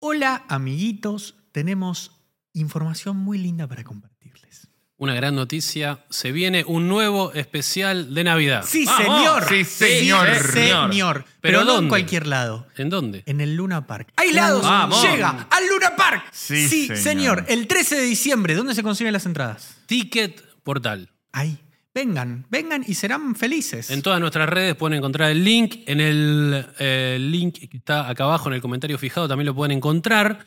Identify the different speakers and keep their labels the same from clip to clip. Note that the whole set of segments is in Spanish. Speaker 1: Hola amiguitos, tenemos información muy linda para compartirles.
Speaker 2: Una gran noticia, se viene un nuevo especial de Navidad.
Speaker 1: Sí,
Speaker 2: ¡Vamos!
Speaker 1: señor.
Speaker 3: Sí, señor.
Speaker 1: Sí, señor.
Speaker 2: Señor.
Speaker 1: Pero,
Speaker 2: ¿Pero
Speaker 1: no en
Speaker 2: dónde?
Speaker 1: cualquier lado.
Speaker 2: ¿En dónde?
Speaker 1: En el Luna Park. ¡Hay lados!
Speaker 2: Vamos.
Speaker 1: ¡Llega al Luna Park!
Speaker 3: Sí,
Speaker 1: señor.
Speaker 3: señor.
Speaker 1: El 13 de diciembre, ¿dónde se consiguen las entradas?
Speaker 2: Ticket Portal.
Speaker 1: Ahí. Vengan, vengan y serán felices.
Speaker 2: En todas nuestras redes pueden encontrar el link. En el eh, link que está acá abajo en el comentario fijado también lo pueden encontrar.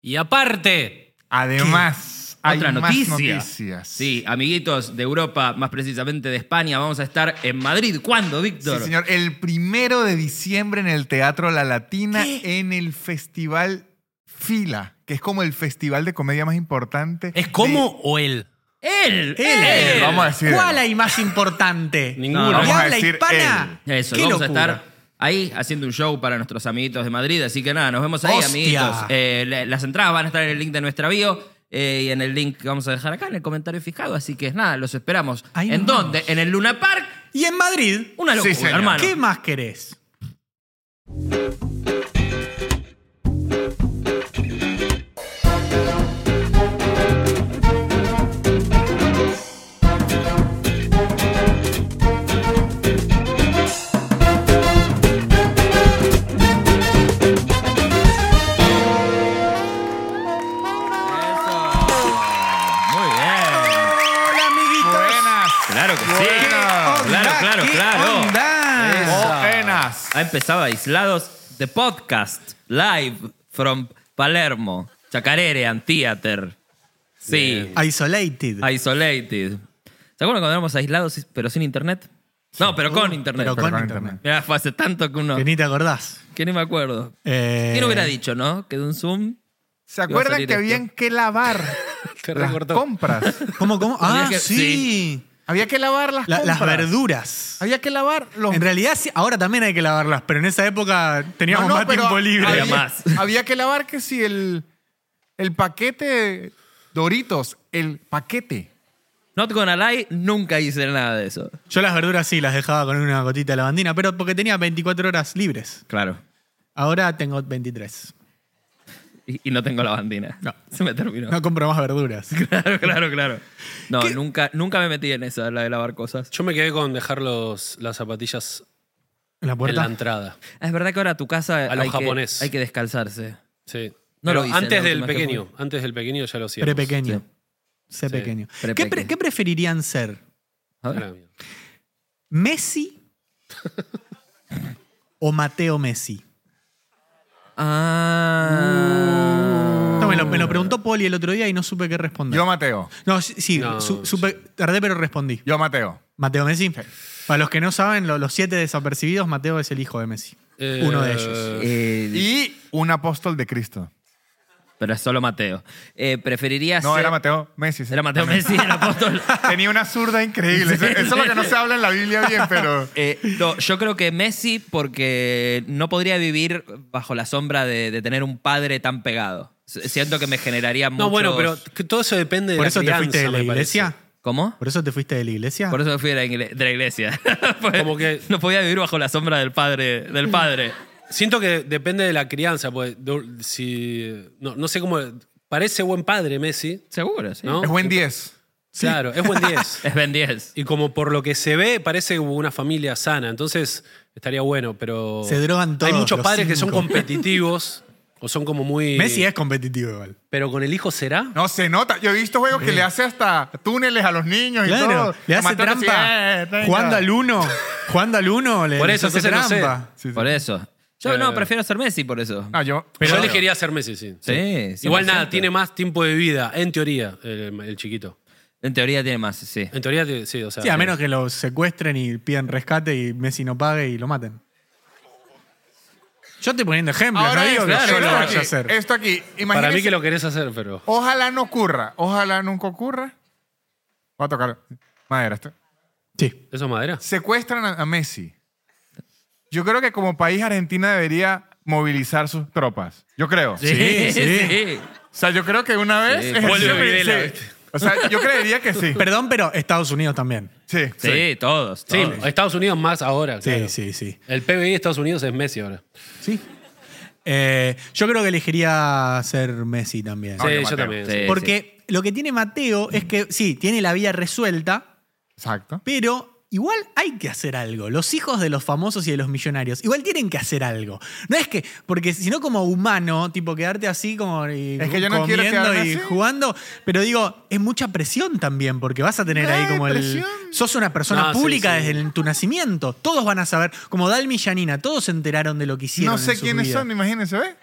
Speaker 2: Y aparte,
Speaker 3: Además, hay
Speaker 4: Otra
Speaker 3: más
Speaker 4: noticia.
Speaker 3: noticias.
Speaker 4: Sí, amiguitos de Europa, más precisamente de España, vamos a estar en Madrid. ¿Cuándo,
Speaker 3: Sí,
Speaker 4: Víctor?
Speaker 3: señor. El primero de diciembre en el Teatro La Latina, en el Festival Fila, que es como el festival de comedia más importante.
Speaker 2: ¿es
Speaker 3: de-
Speaker 2: como o él?
Speaker 4: ¡Él!
Speaker 1: Él.
Speaker 3: Él, vamos a decir.
Speaker 1: ¿Cuál hay más importante?
Speaker 2: eh, Ninguno.
Speaker 1: ¿De
Speaker 2: Vamos
Speaker 3: a
Speaker 1: habla
Speaker 3: decir
Speaker 1: hispana?
Speaker 4: Eso,
Speaker 1: ¡Qué
Speaker 4: vamos
Speaker 1: locura!
Speaker 4: a estar ahí haciendo un show para nuestros amiguitos de Madrid. Así que nada, nos vemos ahí,
Speaker 1: Hostia.
Speaker 4: amiguitos. Eh, la- las entradas van a estar en el link de nuestra bio eh, y en el link que vamos a dejar acá en el comentario fijado. Así que nada, los esperamos.
Speaker 1: Ahí
Speaker 4: ¿En
Speaker 1: nos
Speaker 4: dónde? En el Luna Park.
Speaker 1: Y en Madrid,
Speaker 4: Una
Speaker 3: Sí,
Speaker 4: locura,
Speaker 3: señor.
Speaker 4: hermano.
Speaker 1: ¿qué más querés?
Speaker 4: Muy bien.
Speaker 1: Hola, amiguitos.
Speaker 3: Buenas.
Speaker 4: Claro que sí.
Speaker 3: Buenas.
Speaker 4: Claro, claro,
Speaker 1: ¿Qué
Speaker 4: claro.
Speaker 1: onda?
Speaker 3: Buenas.
Speaker 4: Ha empezado Aislados The Podcast, live from Palermo, Chacarere and Theater. Sí,
Speaker 1: Isolated.
Speaker 4: isolated. ¿Se acuerdan cuando éramos aislados pero sin internet? No, pero con internet.
Speaker 1: Pero
Speaker 3: Pero
Speaker 1: con
Speaker 3: con
Speaker 1: internet.
Speaker 4: Mirá, fue hace tanto que uno...
Speaker 1: Que ni te acordás.
Speaker 4: Que ni me acuerdo.
Speaker 1: Eh,
Speaker 4: ¿Quién hubiera dicho, no? Que de un Zoom...
Speaker 3: ¿Se
Speaker 4: a
Speaker 3: acuerdan
Speaker 4: salir
Speaker 3: que
Speaker 4: esto.
Speaker 3: habían que lavar
Speaker 2: Te
Speaker 3: las
Speaker 2: recortó.
Speaker 3: compras?
Speaker 1: ¿Cómo, cómo? Ah,
Speaker 4: Había que-
Speaker 1: sí.
Speaker 3: Había que lavar las
Speaker 1: La-
Speaker 3: compras.
Speaker 1: las verduras.
Speaker 3: Había que lavar los
Speaker 1: En realidad, sí, ahora también hay que lavarlas, pero en esa época teníamos
Speaker 3: No, no,
Speaker 1: más
Speaker 3: pero
Speaker 1: tiempo libre.
Speaker 3: Había,
Speaker 4: Había más.
Speaker 3: había que lavar que si el, el paquete de Doritos, el paquete.
Speaker 4: Not Gonna Lie nunca hice nada de eso.
Speaker 1: Yo las verduras sí las dejaba con una gotita de lavandina, pero porque tenía 24 horas libres.
Speaker 4: Claro.
Speaker 1: Ahora tengo 23.
Speaker 4: Y, y no tengo la bandina.
Speaker 1: No.
Speaker 4: Se me terminó.
Speaker 1: No compro más verduras.
Speaker 4: Claro, claro, claro. No, nunca, nunca me metí en esa, la de lavar cosas.
Speaker 2: yo me quedé con dejar los, las zapatillas
Speaker 1: ¿En la
Speaker 2: en la
Speaker 1: puerta?
Speaker 2: entrada.
Speaker 4: Ah, Es verdad que ahora a tu casa
Speaker 2: A lo
Speaker 4: hay,
Speaker 2: japonés.
Speaker 4: Que, hay que descalzarse.
Speaker 2: Sí.
Speaker 4: No
Speaker 2: Pero
Speaker 4: lo hice,
Speaker 2: antes
Speaker 4: la
Speaker 2: del
Speaker 4: última vez que
Speaker 2: pequeño, antes del pequeño ya lo hacía.
Speaker 1: Pre-pequeño.
Speaker 4: Sí.
Speaker 1: Sé
Speaker 2: Sí.
Speaker 1: pequeño.
Speaker 4: Pre-pequeño.
Speaker 1: ¿Qué, pre- qué preferirían ser?
Speaker 4: A ver.
Speaker 1: ¿Messi o Mateo Messi?
Speaker 4: Ah.
Speaker 1: No, me, lo, me lo preguntó Poli el otro día y no supe qué responder.
Speaker 3: Yo, Mateo.
Speaker 1: no, sí, sí,
Speaker 2: No,
Speaker 1: su- supe- tardé pero respondí.
Speaker 3: Yo, Mateo.
Speaker 1: Mateo Messi. Para los que no saben, lo- los siete desapercibidos, Mateo es el hijo de Messi.
Speaker 2: Eh,
Speaker 1: Uno de
Speaker 3: Uh.
Speaker 1: ellos.
Speaker 4: Eh,
Speaker 3: Y un apóstol de Cristo.
Speaker 4: Pero es solo Mateo. Eh,
Speaker 1: Ah,
Speaker 4: preferiría
Speaker 3: No,
Speaker 4: ser-
Speaker 3: era Mateo Messi. sí.
Speaker 4: Era Mateo Messi, el apóstol.
Speaker 3: Tenía una zurda increíble. Eso eso es lo que no se habla en la Biblia bien, pero...
Speaker 4: Eh, no, yo creo que Messi porque no podría vivir bajo la sombra de, de tener un padre tan pegado. S- Siento que me generaría mucho...
Speaker 2: No, bueno, pero que todo eso depende de
Speaker 1: ¿Por
Speaker 2: la
Speaker 1: eso te
Speaker 2: crianza,
Speaker 1: fuiste de la
Speaker 2: me parece.
Speaker 1: iglesia?
Speaker 4: ¿Cómo?
Speaker 1: ¿Por eso te fuiste de la iglesia?
Speaker 4: Por eso me fui de la, ingle- de la iglesia. Pues,
Speaker 2: Como que-
Speaker 4: No podía vivir bajo la sombra del padre. Del padre.
Speaker 2: Siento que depende de la crianza, pues de- si no, no sé cómo parece buen padre Messi,
Speaker 4: Seguro, sí.
Speaker 2: ¿no?
Speaker 3: Es buen 10.
Speaker 2: Claro, es buen 10.
Speaker 4: Es Ben 10.
Speaker 2: y como por lo que se ve parece una familia sana, entonces estaría bueno, pero
Speaker 1: Se drogan todos,
Speaker 2: Hay muchos
Speaker 1: los
Speaker 2: padres que son
Speaker 1: cinco.
Speaker 2: competitivos o son como muy
Speaker 1: Messi es competitivo igual.
Speaker 2: pero con el hijo será?
Speaker 3: No, se nota. Yo he visto juegos que le hace hasta túneles a los niños y
Speaker 1: Claro,
Speaker 3: todo.
Speaker 1: le hace
Speaker 3: Mateo Messi,
Speaker 1: trampa.
Speaker 3: eh, venga.
Speaker 1: jugando al uno. Jugando al uno le,
Speaker 2: Por
Speaker 1: le
Speaker 2: eso,
Speaker 1: hace
Speaker 2: entonces no sé.
Speaker 1: trampa.
Speaker 3: Sí, Ah. sí.
Speaker 4: Por eso. Yo
Speaker 2: Eh.
Speaker 4: no, prefiero ser Messi por eso.
Speaker 3: No, yo...
Speaker 2: Pero yo
Speaker 3: yo-
Speaker 2: elegiría ser Messi, sí.
Speaker 4: Sí, sí,
Speaker 2: Igual
Speaker 4: por
Speaker 2: nada,
Speaker 4: cierto.
Speaker 2: tiene más tiempo de vida, en teoría, el, el chiquito.
Speaker 4: En teoría tiene más, sí.
Speaker 2: En teoría, te- sí, o sea.
Speaker 1: Sí, a menos que lo secuestren y pidan rescate y Messi no pague y lo maten. Yo estoy poniendo ejemplos,
Speaker 3: Ahora
Speaker 1: no digo
Speaker 3: esto,
Speaker 1: que yo
Speaker 3: esto
Speaker 1: lo vaya
Speaker 3: aquí,
Speaker 1: a hacer.
Speaker 3: Esto aquí.
Speaker 2: Para mí
Speaker 3: Imagínense
Speaker 2: que lo querés hacer, pero.
Speaker 3: Ojalá no ocurra. Ojalá nunca ocurra. Va a tocar madera. esto.
Speaker 1: Sí.
Speaker 2: ¿Eso es madera?
Speaker 3: Secuestran a, a Messi. Yo creo que como país Argentina debería movilizar sus tropas. Yo creo.
Speaker 1: Sí, sí.
Speaker 3: O sea, yo creo que una vez...
Speaker 4: Sí,
Speaker 3: ejerció-
Speaker 2: vuelve Videla,
Speaker 3: sí.
Speaker 2: ¿viste?
Speaker 3: O sea, yo creería que sí.
Speaker 1: Perdón, pero Estados Unidos también.
Speaker 3: Sí.
Speaker 4: Sí, todos.
Speaker 2: Sí,
Speaker 4: todos.
Speaker 2: Estados Unidos más ahora.
Speaker 1: Sí,
Speaker 2: claro.
Speaker 1: sí, sí.
Speaker 2: El PBI de Estados Unidos es Messi ahora.
Speaker 1: Sí. Eh, yo creo que elegiría ser Messi también.
Speaker 2: Sí,
Speaker 3: Obvio,
Speaker 2: yo
Speaker 3: Mateo.
Speaker 2: también. sí.
Speaker 4: Sí.
Speaker 1: Porque lo que tiene Mateo es que, sí, tiene la vida resuelta,
Speaker 3: Exacto.
Speaker 1: pero igual hay que hacer algo. Los hijos de los famosos y de los millonarios, igual tienen que hacer algo. No es que, porque si no como humano, tipo quedarte así como y
Speaker 3: Es que yo no quiero
Speaker 1: comiendo
Speaker 3: quedarme
Speaker 1: y
Speaker 3: así.
Speaker 1: jugando, pero digo, es mucha presión también, porque vas a tener
Speaker 3: No
Speaker 1: ahí
Speaker 3: hay
Speaker 1: como el...
Speaker 3: presión.
Speaker 1: Sos una persona
Speaker 2: No, sí,
Speaker 1: pública
Speaker 2: sí.
Speaker 1: desde el- tu nacimiento, todos van a saber, como Dalmi y Janina, todos se enteraron de lo que hicieron.
Speaker 3: No sé
Speaker 1: en sus
Speaker 3: quiénes
Speaker 1: vidas.
Speaker 3: son, imagínense, ¿ves?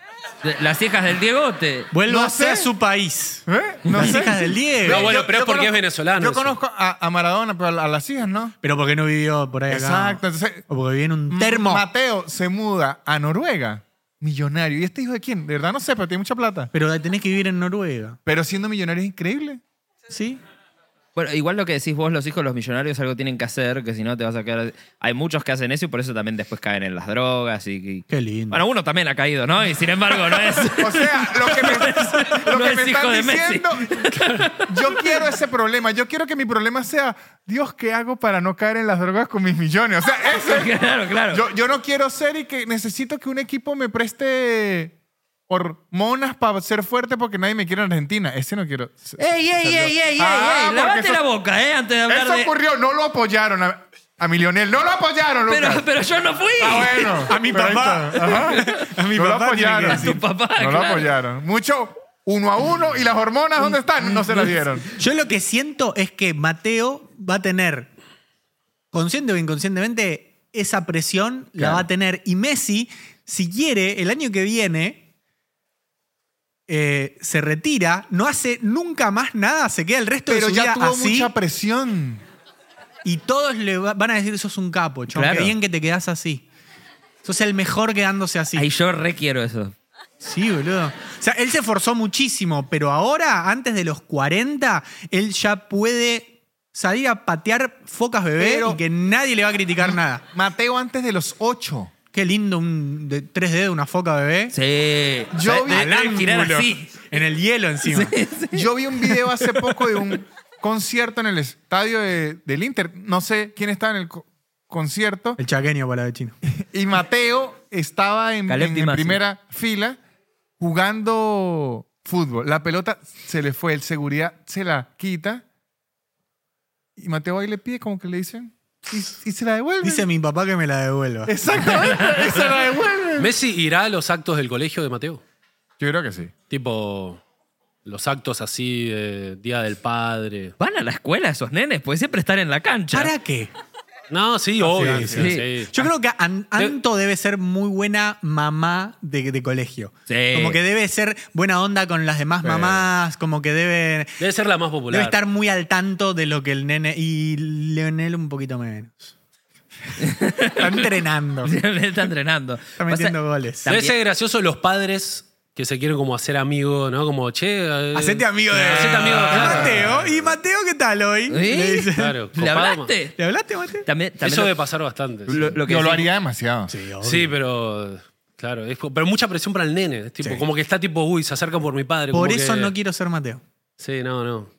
Speaker 4: Las hijas del Diego te.
Speaker 1: Vuelvo
Speaker 3: No
Speaker 1: a ser
Speaker 3: sé.
Speaker 1: su país.
Speaker 3: ¿Ves? No
Speaker 1: Las
Speaker 3: sé.
Speaker 1: hijas del Diego.
Speaker 2: No, bueno, pero es porque
Speaker 3: conozco-
Speaker 2: es venezolano
Speaker 3: Yo
Speaker 2: eso.
Speaker 3: conozco a, a Maradona, pero a, a las hijas no.
Speaker 1: Pero porque no vivió por ahí acá.
Speaker 3: Exacto. Entonces,
Speaker 1: O porque vivió en un termo.
Speaker 3: Mateo se muda a Noruega, millonario. ¿Y este hijo de quién? De verdad no sé, pero tiene mucha plata.
Speaker 1: Pero tenés que vivir en Noruega.
Speaker 3: Pero siendo millonario es increíble.
Speaker 1: ¿Sí?
Speaker 4: Bueno, igual lo que decís vos, los hijos de los millonarios algo tienen que hacer, que si no te vas a quedar. Hay muchos que hacen eso y por eso también después caen en las drogas y. y-
Speaker 1: Qué lindo.
Speaker 4: Bueno, uno también ha caído, ¿no? Y sin embargo, no es.
Speaker 3: O sea, lo que me, lo
Speaker 4: No
Speaker 3: que
Speaker 4: es
Speaker 3: me
Speaker 4: hijo
Speaker 3: están
Speaker 4: de Messi.
Speaker 3: diciendo, yo quiero ese problema. Yo quiero que mi problema sea, Dios, ¿qué hago para no caer en las drogas con mis millones? O sea, ese,
Speaker 4: claro, claro.
Speaker 3: yo, yo no quiero ser y que necesito que un equipo me preste hormonas para ser fuerte porque nadie me quiere en Argentina. Ese no quiero. ser-
Speaker 4: ¡Ey,
Speaker 3: ser
Speaker 4: ey,
Speaker 3: yo.
Speaker 4: ey, ey, ey!
Speaker 3: Ah,
Speaker 4: ey!
Speaker 3: porque
Speaker 4: Lavate
Speaker 3: eso-
Speaker 4: la boca, ¿eh? Antes de hablar
Speaker 3: Eso
Speaker 4: de.
Speaker 3: ocurrió, no lo apoyaron a, a mi Lionel. No lo apoyaron, Lucas.
Speaker 4: Pero, pero yo no fui.
Speaker 3: Ah, bueno.
Speaker 1: A mi
Speaker 3: Pero ahí
Speaker 1: papá.
Speaker 3: está. Ajá.
Speaker 1: A mi
Speaker 3: no lo
Speaker 1: papá tiene que
Speaker 3: apoyaron.
Speaker 1: decir.
Speaker 4: A tu papá,
Speaker 3: No lo
Speaker 4: claro.
Speaker 3: apoyaron. Mucho uno a uno y las hormonas, ¿dónde están? No se las dieron.
Speaker 1: Yo lo que siento es que Mateo va a tener, consciente o inconscientemente, esa presión la
Speaker 3: Claro.
Speaker 1: va a tener. Y Messi, si quiere, el año que viene, eh, se retira, no hace nunca más nada, se queda el resto
Speaker 3: Pero
Speaker 1: de su
Speaker 3: ya
Speaker 1: vida
Speaker 3: tuvo
Speaker 1: así.
Speaker 3: mucha presión.
Speaker 1: Y todos le va- van a decir, sos un capo, chon,
Speaker 4: Claro.
Speaker 1: qué bien que te quedás así. Sos el mejor quedándose así.
Speaker 4: Ahí yo requiero eso.
Speaker 1: Sí, boludo. O sea, él se esforzó muchísimo, pero ahora, antes de los 40, él ya puede salir a patear focas bebé
Speaker 3: Pero-
Speaker 1: y que nadie le va a criticar nada.
Speaker 3: Mateo antes de los ocho.
Speaker 1: Qué lindo un de, 3D de una foca bebé.
Speaker 4: Sí.
Speaker 3: Yo
Speaker 4: O sea,
Speaker 3: vi
Speaker 4: de-
Speaker 3: al
Speaker 4: de
Speaker 3: ángulo.
Speaker 4: girar así.
Speaker 1: En el hielo encima.
Speaker 3: Yo vi un video hace poco de un concierto en el estadio de- del Inter. No sé quién estaba en el co- concierto.
Speaker 1: El chaqueño para la de chino.
Speaker 3: Y Mateo estaba en,
Speaker 4: Caleb
Speaker 3: en-
Speaker 4: Di
Speaker 3: en
Speaker 4: Masi.
Speaker 3: primera fila jugando fútbol. La pelota se le fue, el seguridad se la quita. Y Mateo ahí le pide, como que le dicen, y, y se la devuelve.
Speaker 1: Dice mi papá que me la devuelva.
Speaker 3: Exactamente, y se la devuelve.
Speaker 2: ¿Messi irá a los actos del colegio de Mateo?
Speaker 3: Yo creo que sí.
Speaker 2: Tipo, los actos así, eh, Día del Padre.
Speaker 4: Van a la escuela esos nenes, pues siempre estar en la cancha.
Speaker 1: ¿Para qué?
Speaker 2: No, sí, obvio.
Speaker 1: sí,
Speaker 2: Sí,
Speaker 4: sí.
Speaker 2: sí.
Speaker 1: Yo creo que An- Anto debe ser muy buena mamá de, de colegio.
Speaker 4: Sí.
Speaker 1: Como que debe ser buena onda con las demás
Speaker 3: Sí.
Speaker 1: mamás, como que debe,
Speaker 2: Debe ser la más popular.
Speaker 1: debe estar muy al tanto de lo que el nene y Leonel un poquito menos. Está entrenando. Está
Speaker 4: Me está entrenando.
Speaker 1: metiendo
Speaker 4: Pasa-
Speaker 1: goles.
Speaker 4: también-
Speaker 2: Debe ser gracioso los padres que se quieren como hacer amigos, ¿no? Como, che. eh,
Speaker 1: Ah, Hacete amigo de,
Speaker 2: Hacete amigo,
Speaker 1: de
Speaker 2: claro.
Speaker 1: Mateo. ¿Y Mateo qué tal hoy?
Speaker 4: ¿Eh?
Speaker 1: Le dice.
Speaker 2: Claro,
Speaker 4: ¿Le
Speaker 2: copado,
Speaker 4: hablaste?
Speaker 1: ¿Le hablaste, Mateo?
Speaker 4: También, también
Speaker 2: Eso
Speaker 4: lo-
Speaker 2: debe pasar bastante. sí.
Speaker 4: lo, lo que
Speaker 3: Yo lo
Speaker 4: decís-
Speaker 3: haría demasiado. Sí.
Speaker 1: obvio.
Speaker 2: Sí, pero. Claro, es- pero mucha presión para el nene. Es tipo,
Speaker 1: Sí.
Speaker 2: Como que está tipo, uy, se acercan por mi padre.
Speaker 1: Por
Speaker 2: como
Speaker 1: eso
Speaker 2: que-
Speaker 1: no quiero ser Mateo.
Speaker 2: Sí, no, no.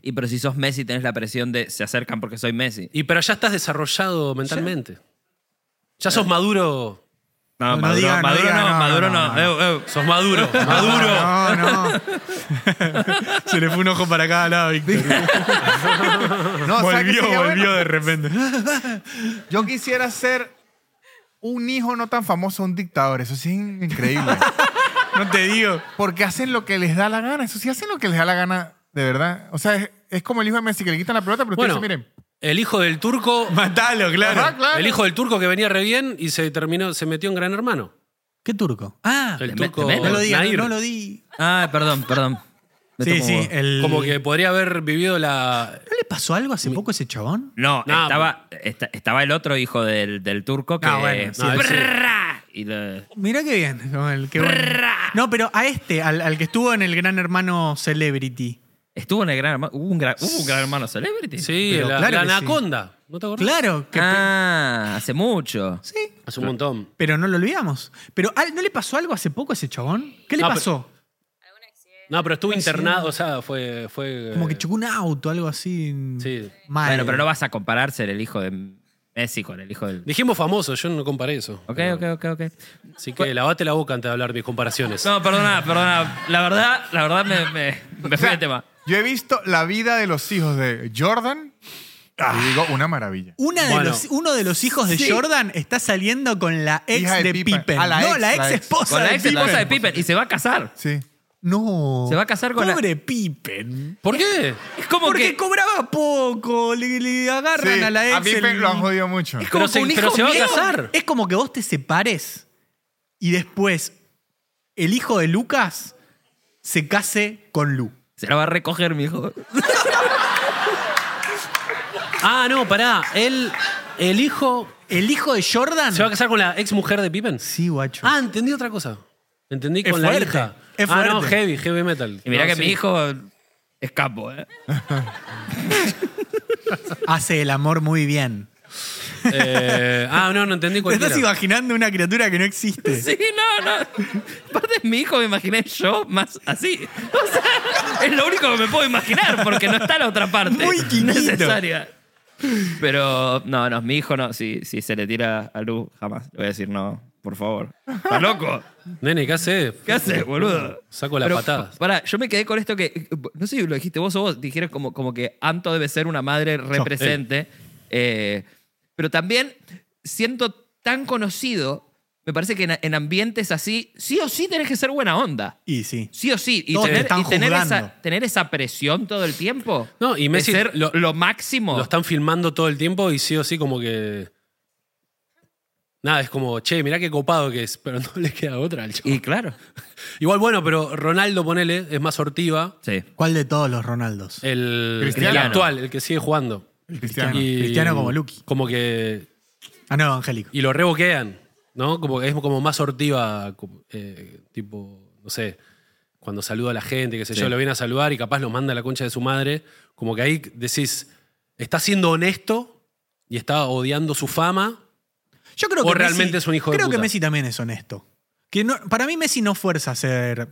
Speaker 4: Y pero si sos Messi tenés la presión de se acercan porque soy Messi.
Speaker 2: Y pero ya estás desarrollado mentalmente. Ya sos maduro.
Speaker 1: No, no diga, no
Speaker 4: Maduro
Speaker 1: diga,
Speaker 4: no,
Speaker 1: no,
Speaker 4: Maduro
Speaker 1: no,
Speaker 4: no. Eh, eh,
Speaker 2: Sos maduro. Maduro.
Speaker 1: No, no. Se le fue un ojo para cada lado, Víctor.
Speaker 3: No, ¿sabes qué sería bueno?
Speaker 1: de repente.
Speaker 3: Yo quisiera ser un hijo no tan famoso, un dictador. Eso sí es increíble.
Speaker 1: No te digo.
Speaker 3: Porque hacen lo que les da la gana. Eso sí, hacen lo que les da la gana, de verdad. O sea, es, es como el hijo de Messi que le quitan la pelota, pero ustedes
Speaker 2: Bueno,
Speaker 3: dicen, miren.
Speaker 2: el hijo del turco.
Speaker 1: Matalo,
Speaker 3: Ajá, claro.
Speaker 2: El hijo del turco que venía re bien y se terminó, se metió en Gran Hermano.
Speaker 1: ¿Qué turco? Ah,
Speaker 2: El
Speaker 4: te me-
Speaker 2: turco.
Speaker 4: te me-
Speaker 1: no lo digas,
Speaker 2: Nair.
Speaker 1: no lo di.
Speaker 4: Ah, perdón, perdón. Me
Speaker 1: Sí,
Speaker 4: tomo un
Speaker 1: sí, eh.
Speaker 4: huevo.
Speaker 1: el-
Speaker 2: Como que podría haber vivido la.
Speaker 1: ¿No le pasó algo hace poco a ese chabón?
Speaker 4: No,
Speaker 2: No, pues.
Speaker 4: estaba, esta- estaba el otro hijo del, del turco que.
Speaker 1: Ah, bueno, sí.
Speaker 2: No, ese-
Speaker 4: Prrra, y le-
Speaker 1: Mirá qué bien. como el que bueno. No, pero a este, al, al que estuvo en el Gran Hermano Celebrity.
Speaker 4: Estuvo en el gran hermano. Hubo un gran, hubo un gran hermano celebrity.
Speaker 2: Sí,
Speaker 1: Pero
Speaker 2: la,
Speaker 1: claro
Speaker 2: la
Speaker 1: que sí.
Speaker 2: anaconda. ¿No te acordás?
Speaker 1: Claro, que
Speaker 4: Ah, hace mucho.
Speaker 1: sí.
Speaker 2: Hace un montón.
Speaker 1: Pero no lo olvidamos. Pero al- ¿no le pasó algo hace poco a ese chabón? ¿Qué le
Speaker 2: No,
Speaker 1: pasó?
Speaker 2: No, pero
Speaker 1: Ah,
Speaker 2: estuvo internado, o sea, fue. fue
Speaker 1: Como que chocó un auto, algo así.
Speaker 2: eh, Sí.
Speaker 1: Mal.
Speaker 4: Bueno, pero no vas a compararse el hijo de Messi con el hijo del.
Speaker 2: Dijimos famoso, yo no comparé eso.
Speaker 4: Ok,
Speaker 2: Pero-
Speaker 4: ok, ok, ok.
Speaker 2: Así que lavate la boca antes de hablar mis comparaciones.
Speaker 4: No, perdona, perdona. La verdad, la verdad me, me, me fui del tema.
Speaker 3: Yo he visto la vida de los hijos de Jordan y digo, una maravilla.
Speaker 1: Una de
Speaker 2: Bueno.
Speaker 1: los, uno de los hijos de Jordan está saliendo con la ex
Speaker 3: Hija de
Speaker 1: de
Speaker 3: Pippen.
Speaker 1: Pippen.
Speaker 3: Ah, la
Speaker 1: no,
Speaker 3: ex,
Speaker 1: la
Speaker 3: la
Speaker 1: ex
Speaker 3: ex.
Speaker 1: esposa
Speaker 4: Con la
Speaker 1: de
Speaker 4: ex esposa
Speaker 1: Pippen.
Speaker 4: de Pippen y se va a casar.
Speaker 3: Sí.
Speaker 1: No.
Speaker 4: Se va a casar con la-
Speaker 1: Pobre Pippen.
Speaker 2: ¿Por qué?
Speaker 4: Es como
Speaker 1: Porque
Speaker 4: que.
Speaker 1: cobraba poco, le, le agarran
Speaker 3: Sí,
Speaker 1: a la ex.
Speaker 3: a Pippen
Speaker 1: el-
Speaker 3: lo han jodido mucho.
Speaker 4: como
Speaker 2: Pero se-
Speaker 4: que un
Speaker 2: pero
Speaker 4: hijo
Speaker 2: se va a
Speaker 4: mío-
Speaker 2: casar.
Speaker 1: Es como que vos te separes y después el hijo de Lucas se case con Lu.
Speaker 4: Se la va a recoger, mi hijo.
Speaker 2: Ah, no, pará. Él, el hijo
Speaker 1: ¿El hijo de Jordan?
Speaker 2: se va a casar con la ex mujer de Pippen.
Speaker 1: Sí, guacho.
Speaker 2: Ah, entendí otra cosa. Entendí
Speaker 1: Es
Speaker 2: con la
Speaker 1: fuerte,
Speaker 2: hija.
Speaker 1: es
Speaker 2: ah, no,
Speaker 1: fuerte.
Speaker 2: heavy, heavy metal.
Speaker 4: Y mirá
Speaker 2: No,
Speaker 4: que
Speaker 2: sí.
Speaker 4: mi hijo es capo, ¿eh?
Speaker 1: Hace el amor muy bien.
Speaker 2: Eh, ah, no, no entendí
Speaker 1: Te estás
Speaker 2: cualquiera.
Speaker 1: imaginando una criatura que no existe.
Speaker 4: Sí, no, no. Aparte, mi hijo me imaginé yo más así. O sea, es lo único que me puedo imaginar porque no está la otra parte.
Speaker 1: Muy quinito.
Speaker 4: necesaria. Pero no, no, mi hijo no. Si, si se le tira a Luz, jamás. Le voy a decir no, por favor. ¿Estás loco?
Speaker 2: Nene, ¿qué hace?
Speaker 4: ¿Qué haces, boludo?
Speaker 2: Saco las
Speaker 4: Pero,
Speaker 2: patadas.
Speaker 4: Pará, yo me quedé con esto que. No sé si lo dijiste vos o vos. Dijeron como, como que Anto debe ser una madre represente. eh, pero también siento tan conocido. Me parece que en, en ambientes así, sí o sí tenés que ser buena onda.
Speaker 1: Y sí.
Speaker 4: Sí o sí. Y,
Speaker 1: Todos te
Speaker 4: tener,
Speaker 1: están
Speaker 4: y tener
Speaker 1: juzgando.
Speaker 4: esa, tener esa presión todo el tiempo.
Speaker 2: No, y
Speaker 4: de
Speaker 2: Messi
Speaker 4: ser
Speaker 2: lo-
Speaker 4: lo, máximo.
Speaker 2: Lo están filmando todo el tiempo y sí o sí como que... Nada, es como, che, mirá qué copado que es, pero no le queda otra al chabón.
Speaker 4: y claro.
Speaker 2: Igual bueno, pero Ronaldo, ponele, es más sortiva.
Speaker 4: Sí.
Speaker 1: ¿Cuál de todos los Ronaldos?
Speaker 2: Eh. El,
Speaker 3: Cristiano.
Speaker 2: el actual, el que sigue jugando.
Speaker 1: El Cristiano.
Speaker 2: Y-
Speaker 1: Cristiano como Lucky.
Speaker 2: Como que...
Speaker 1: Ah, no, Evangélico.
Speaker 2: Y lo reboquean, ¿no? Como que es como más sortiva, como, eh, tipo, no sé, cuando saluda a la gente, qué sé yo, lo viene a saludar y capaz lo manda a la concha de su madre. Como que ahí decís, está siendo honesto y está odiando su fama.
Speaker 1: Yo creo
Speaker 2: O
Speaker 1: que
Speaker 2: realmente
Speaker 1: Messi,
Speaker 2: es un hijo de
Speaker 1: Creo que
Speaker 2: puta.
Speaker 1: Messi también es honesto. Que no- para mí Messi no fuerza a ser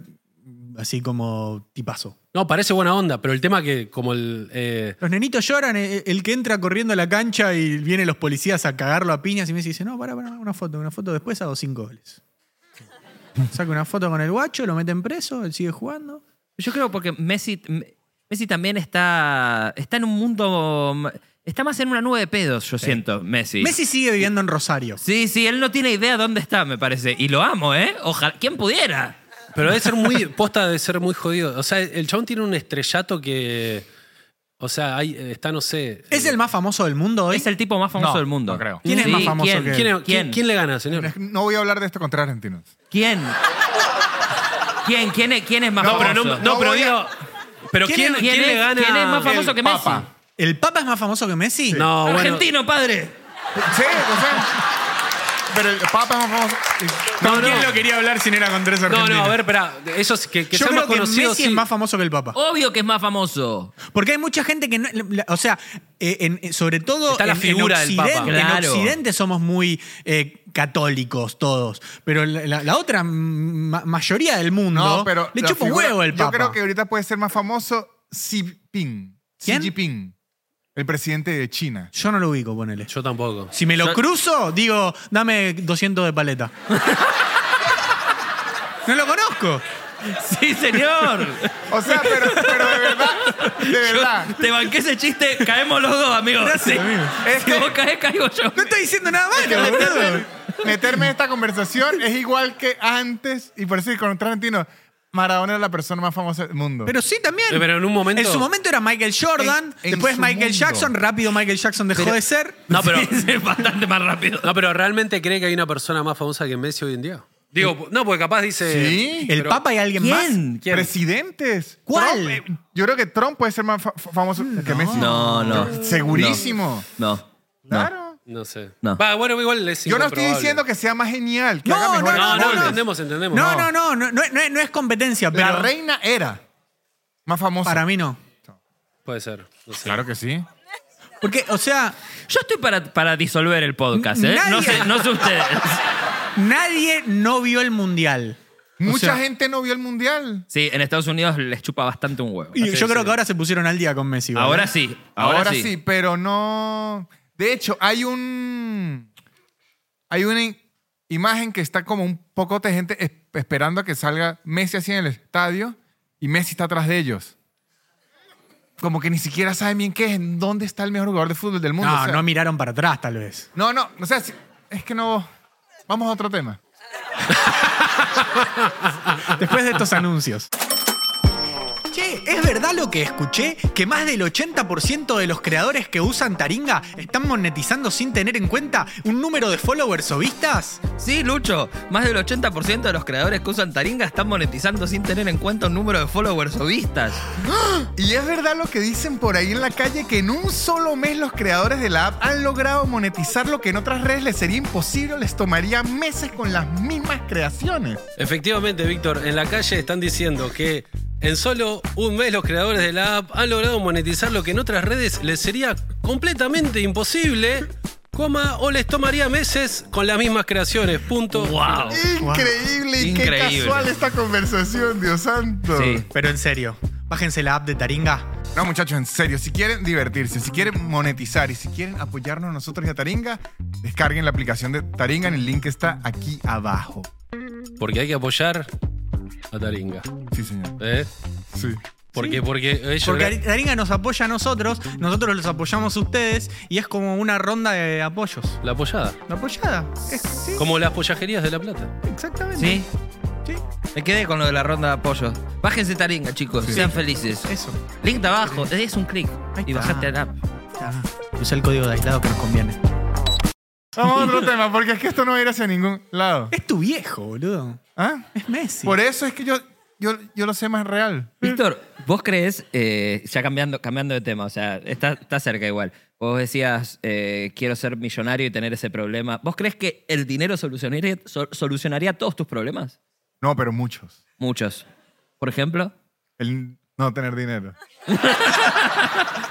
Speaker 1: así como tipazo.
Speaker 2: No, parece buena onda, pero el tema que como el... eh,
Speaker 1: Los nenitos lloran, eh, el que entra corriendo a la cancha y vienen los policías a cagarlo a piñas y Messi dice, no, pará, pará, una foto, una foto, después hago cinco goles. Saca una foto con el guacho, lo meten preso, él sigue jugando.
Speaker 4: Yo creo porque Messi, M- Messi también está, está en un mundo. m- Está más en una nube de pedos, yo siento, Messi.
Speaker 1: Messi sigue viviendo en Rosario.
Speaker 4: Sí, sí, él no tiene idea dónde está, me parece. Y lo amo, ¿eh? Ojalá. ¿Quién pudiera?
Speaker 2: pero debe ser muy... Posta de ser muy jodido. O sea, el chabón tiene un estrellato que... O sea, ahí está, no sé...
Speaker 1: ¿Es el más famoso del mundo hoy?
Speaker 4: Es el tipo más famoso
Speaker 3: No,
Speaker 4: del mundo.
Speaker 3: no creo.
Speaker 1: ¿Quién es más famoso
Speaker 4: ¿quién?
Speaker 1: que él?
Speaker 2: ¿Quién, es-
Speaker 4: ¿Quién?
Speaker 2: quién le gana, señor?
Speaker 3: No voy a hablar de esto contra argentinos.
Speaker 4: ¿Quién? ¿Quién? ¿Quién es, quién es más
Speaker 3: No,
Speaker 2: No, pero,
Speaker 4: famoso?
Speaker 2: no,
Speaker 3: no
Speaker 2: no, pero
Speaker 3: voy a-
Speaker 2: digo. Pero
Speaker 1: ¿Quién-
Speaker 2: ¿quién,
Speaker 4: ¿Quién
Speaker 2: quién le
Speaker 4: es-
Speaker 2: gana?
Speaker 4: quién es más famoso
Speaker 3: El
Speaker 4: que Messi?
Speaker 3: Papa.
Speaker 1: ¿El Papa es más famoso que Messi?
Speaker 2: No, Ah, bueno.
Speaker 4: Argentino, padre.
Speaker 3: Sí, o sea. Pero el Papa es más famoso.
Speaker 2: No, no.
Speaker 1: quería hablar si no era con tres
Speaker 2: No, no, a ver, espera. Eso es que, que
Speaker 1: Yo
Speaker 2: sea
Speaker 1: creo
Speaker 2: más
Speaker 1: que
Speaker 2: conocido.
Speaker 1: Messi
Speaker 2: sí.
Speaker 1: es más famoso que el Papa.
Speaker 4: Obvio que es más famoso.
Speaker 1: Porque hay mucha gente que no. la- O sea, eh, en- eh, sobre todo.
Speaker 2: Está la
Speaker 1: en- en
Speaker 2: figura del Papa.
Speaker 1: Occidente- En
Speaker 4: Claro.
Speaker 1: Occidente somos muy eh, católicos todos. Pero la, la- la otra ma- mayoría del mundo.
Speaker 3: No, pero.
Speaker 1: le
Speaker 3: la
Speaker 1: chupa un
Speaker 3: figura-
Speaker 1: huevo el Papa.
Speaker 3: Yo creo que ahorita puede ser más famoso Xi Jinping.
Speaker 1: ¿Quién?
Speaker 3: Xi Jinping, el presidente de China.
Speaker 1: Yo no lo ubico, ponele.
Speaker 2: Yo tampoco.
Speaker 1: Si me lo
Speaker 4: Yo-
Speaker 1: cruzo, digo, dame 200 de paleta. no lo conozco.
Speaker 4: Sí, señor.
Speaker 3: O sea, pero, pero de verdad, de verdad.
Speaker 4: Yo te banqué ese chiste, caemos los dos, amigo. Sí.
Speaker 3: Es
Speaker 4: Si
Speaker 3: que-
Speaker 4: vos caes, caigo yo.
Speaker 1: No estoy diciendo nada malo, boludo.
Speaker 3: Meterme en esta conversación es igual que antes, y por decir con Tarantino, Maradona era la persona más famosa del mundo.
Speaker 1: Pero sí, también.
Speaker 2: Pero en un momento-
Speaker 1: En su momento era Michael Jordan.
Speaker 3: En- en
Speaker 1: después
Speaker 3: su
Speaker 1: Michael
Speaker 3: mundo.
Speaker 1: Jackson. Rápido Michael Jackson dejó de ser.
Speaker 2: No, pero.
Speaker 4: Es bastante más rápido.
Speaker 2: No, pero realmente cree que hay una persona más famosa que Messi hoy en día. Digo, no, porque capaz dice.
Speaker 3: Sí.
Speaker 1: ¿El
Speaker 2: pero-
Speaker 1: Papa y alguien más?
Speaker 4: ¿Quién?
Speaker 2: ¿Quién?
Speaker 3: presidentes.
Speaker 1: ¿Cuál?
Speaker 3: Trump, eh, yo creo que Trump puede ser más fa- fa- famoso que Messi.
Speaker 4: No, no.
Speaker 3: Segurísimo.
Speaker 4: No.
Speaker 3: Claro.
Speaker 2: No sé.
Speaker 4: No.
Speaker 2: Va, bueno, igual es
Speaker 3: Yo no estoy
Speaker 2: improbable.
Speaker 3: diciendo que sea más genial, que
Speaker 1: No,
Speaker 3: haga mejores
Speaker 2: No, no,
Speaker 3: goles.
Speaker 2: entendemos, entendemos.
Speaker 1: No, no, no, no, no, no es- no es competencia, pero
Speaker 3: La reina era más famosa.
Speaker 1: para mí no.
Speaker 2: Puede ser. No sé.
Speaker 3: Claro que sí.
Speaker 1: Porque, o sea,
Speaker 4: Yo estoy para, para disolver el podcast, ¿eh?
Speaker 1: Nadie-
Speaker 4: No sé, no sé ustedes.
Speaker 1: nadie no vio el mundial. O
Speaker 3: Mucha
Speaker 1: sea,
Speaker 3: gente no vio el mundial.
Speaker 4: Sí, en Estados Unidos les chupa bastante un huevo.
Speaker 1: Y yo
Speaker 2: Sí,
Speaker 1: creo
Speaker 2: sí.
Speaker 1: que ahora se pusieron al día con Messi. ¿verdad?
Speaker 4: Ahora sí,
Speaker 3: Ahora, sí. pero no. De hecho, hay un. Hay una i- imagen que está como un poco de gente es- esperando a que salga Messi así en el estadio y Messi está atrás de ellos. Como que ni siquiera saben bien qué es, en dónde está el mejor jugador de fútbol del mundo.
Speaker 1: No,
Speaker 3: o sea,
Speaker 1: no miraron para atrás, tal vez.
Speaker 3: no, no, o sea, si- es que no. Vamos a otro tema.
Speaker 1: Después de estos anuncios. Che, ¿es verdad lo que escuché? ¿Que más del 80% de los creadores que usan Taringa están monetizando sin tener en cuenta un número de followers o vistas?
Speaker 4: Sí, Lucho, más del 80% de los creadores que usan Taringa están monetizando sin tener en cuenta un número de followers o vistas.
Speaker 3: Y es verdad lo que dicen por ahí en la calle que en un solo mes los creadores de la app han logrado monetizar lo que en otras redes les sería imposible, les tomaría meses con las mismas creaciones.
Speaker 2: Efectivamente, Víctor, en la calle están diciendo que en solo un mes los creadores de la app han logrado monetizar lo que en otras redes les sería completamente imposible, coma, o les tomaría meses con las mismas creaciones, punto.
Speaker 4: ¡Wow!
Speaker 3: Increíble y qué
Speaker 4: Increíble.
Speaker 3: casual esta conversación, Dios santo.
Speaker 4: Sí.
Speaker 1: Pero en serio, bájense la app de Taringa.
Speaker 3: No, muchachos, en serio, si quieren divertirse, si quieren monetizar y si quieren apoyarnos a nosotros y a Taringa, descarguen la aplicación de Taringa en el link que está aquí abajo.
Speaker 2: Porque hay que apoyar a Taringa.
Speaker 3: Sí, señor.
Speaker 2: ¿eh?
Speaker 3: Sí.
Speaker 2: Porque, porque ellos...
Speaker 1: Porque Taringa nos apoya a nosotros, nosotros los apoyamos a ustedes y es como una ronda de apoyos.
Speaker 2: La apoyada.
Speaker 1: ¿La apoyada? Es- sí,
Speaker 2: Como las pollajerías de La Plata.
Speaker 1: exactamente.
Speaker 4: ¿Sí?
Speaker 1: Sí,
Speaker 4: Me quedé con lo de la ronda de apoyo. Bájense Taringa, chicos. Sean felices.
Speaker 1: eso.
Speaker 4: Link de abajo, le des un clic
Speaker 1: Ahí
Speaker 4: y
Speaker 1: está.
Speaker 4: bajate la app.
Speaker 1: Ah, usa el código de aislado que nos conviene.
Speaker 3: Vamos a otro tema, porque es que esto no va a ir hacia ningún lado.
Speaker 1: Es tu viejo, boludo.
Speaker 3: ¿Ah?
Speaker 1: Es Messi.
Speaker 3: Por eso es que yo, yo, yo lo sé más real.
Speaker 4: Víctor, vos crees, eh, ya cambiando, cambiando de tema, o sea, está, está cerca igual. Vos decías, eh, quiero ser millonario y tener ese problema. ¿Vos crees que el dinero solucionaría, sol- solucionaría todos tus problemas?
Speaker 3: No, pero muchos.
Speaker 4: Muchos. Por ejemplo,
Speaker 3: El no tener dinero.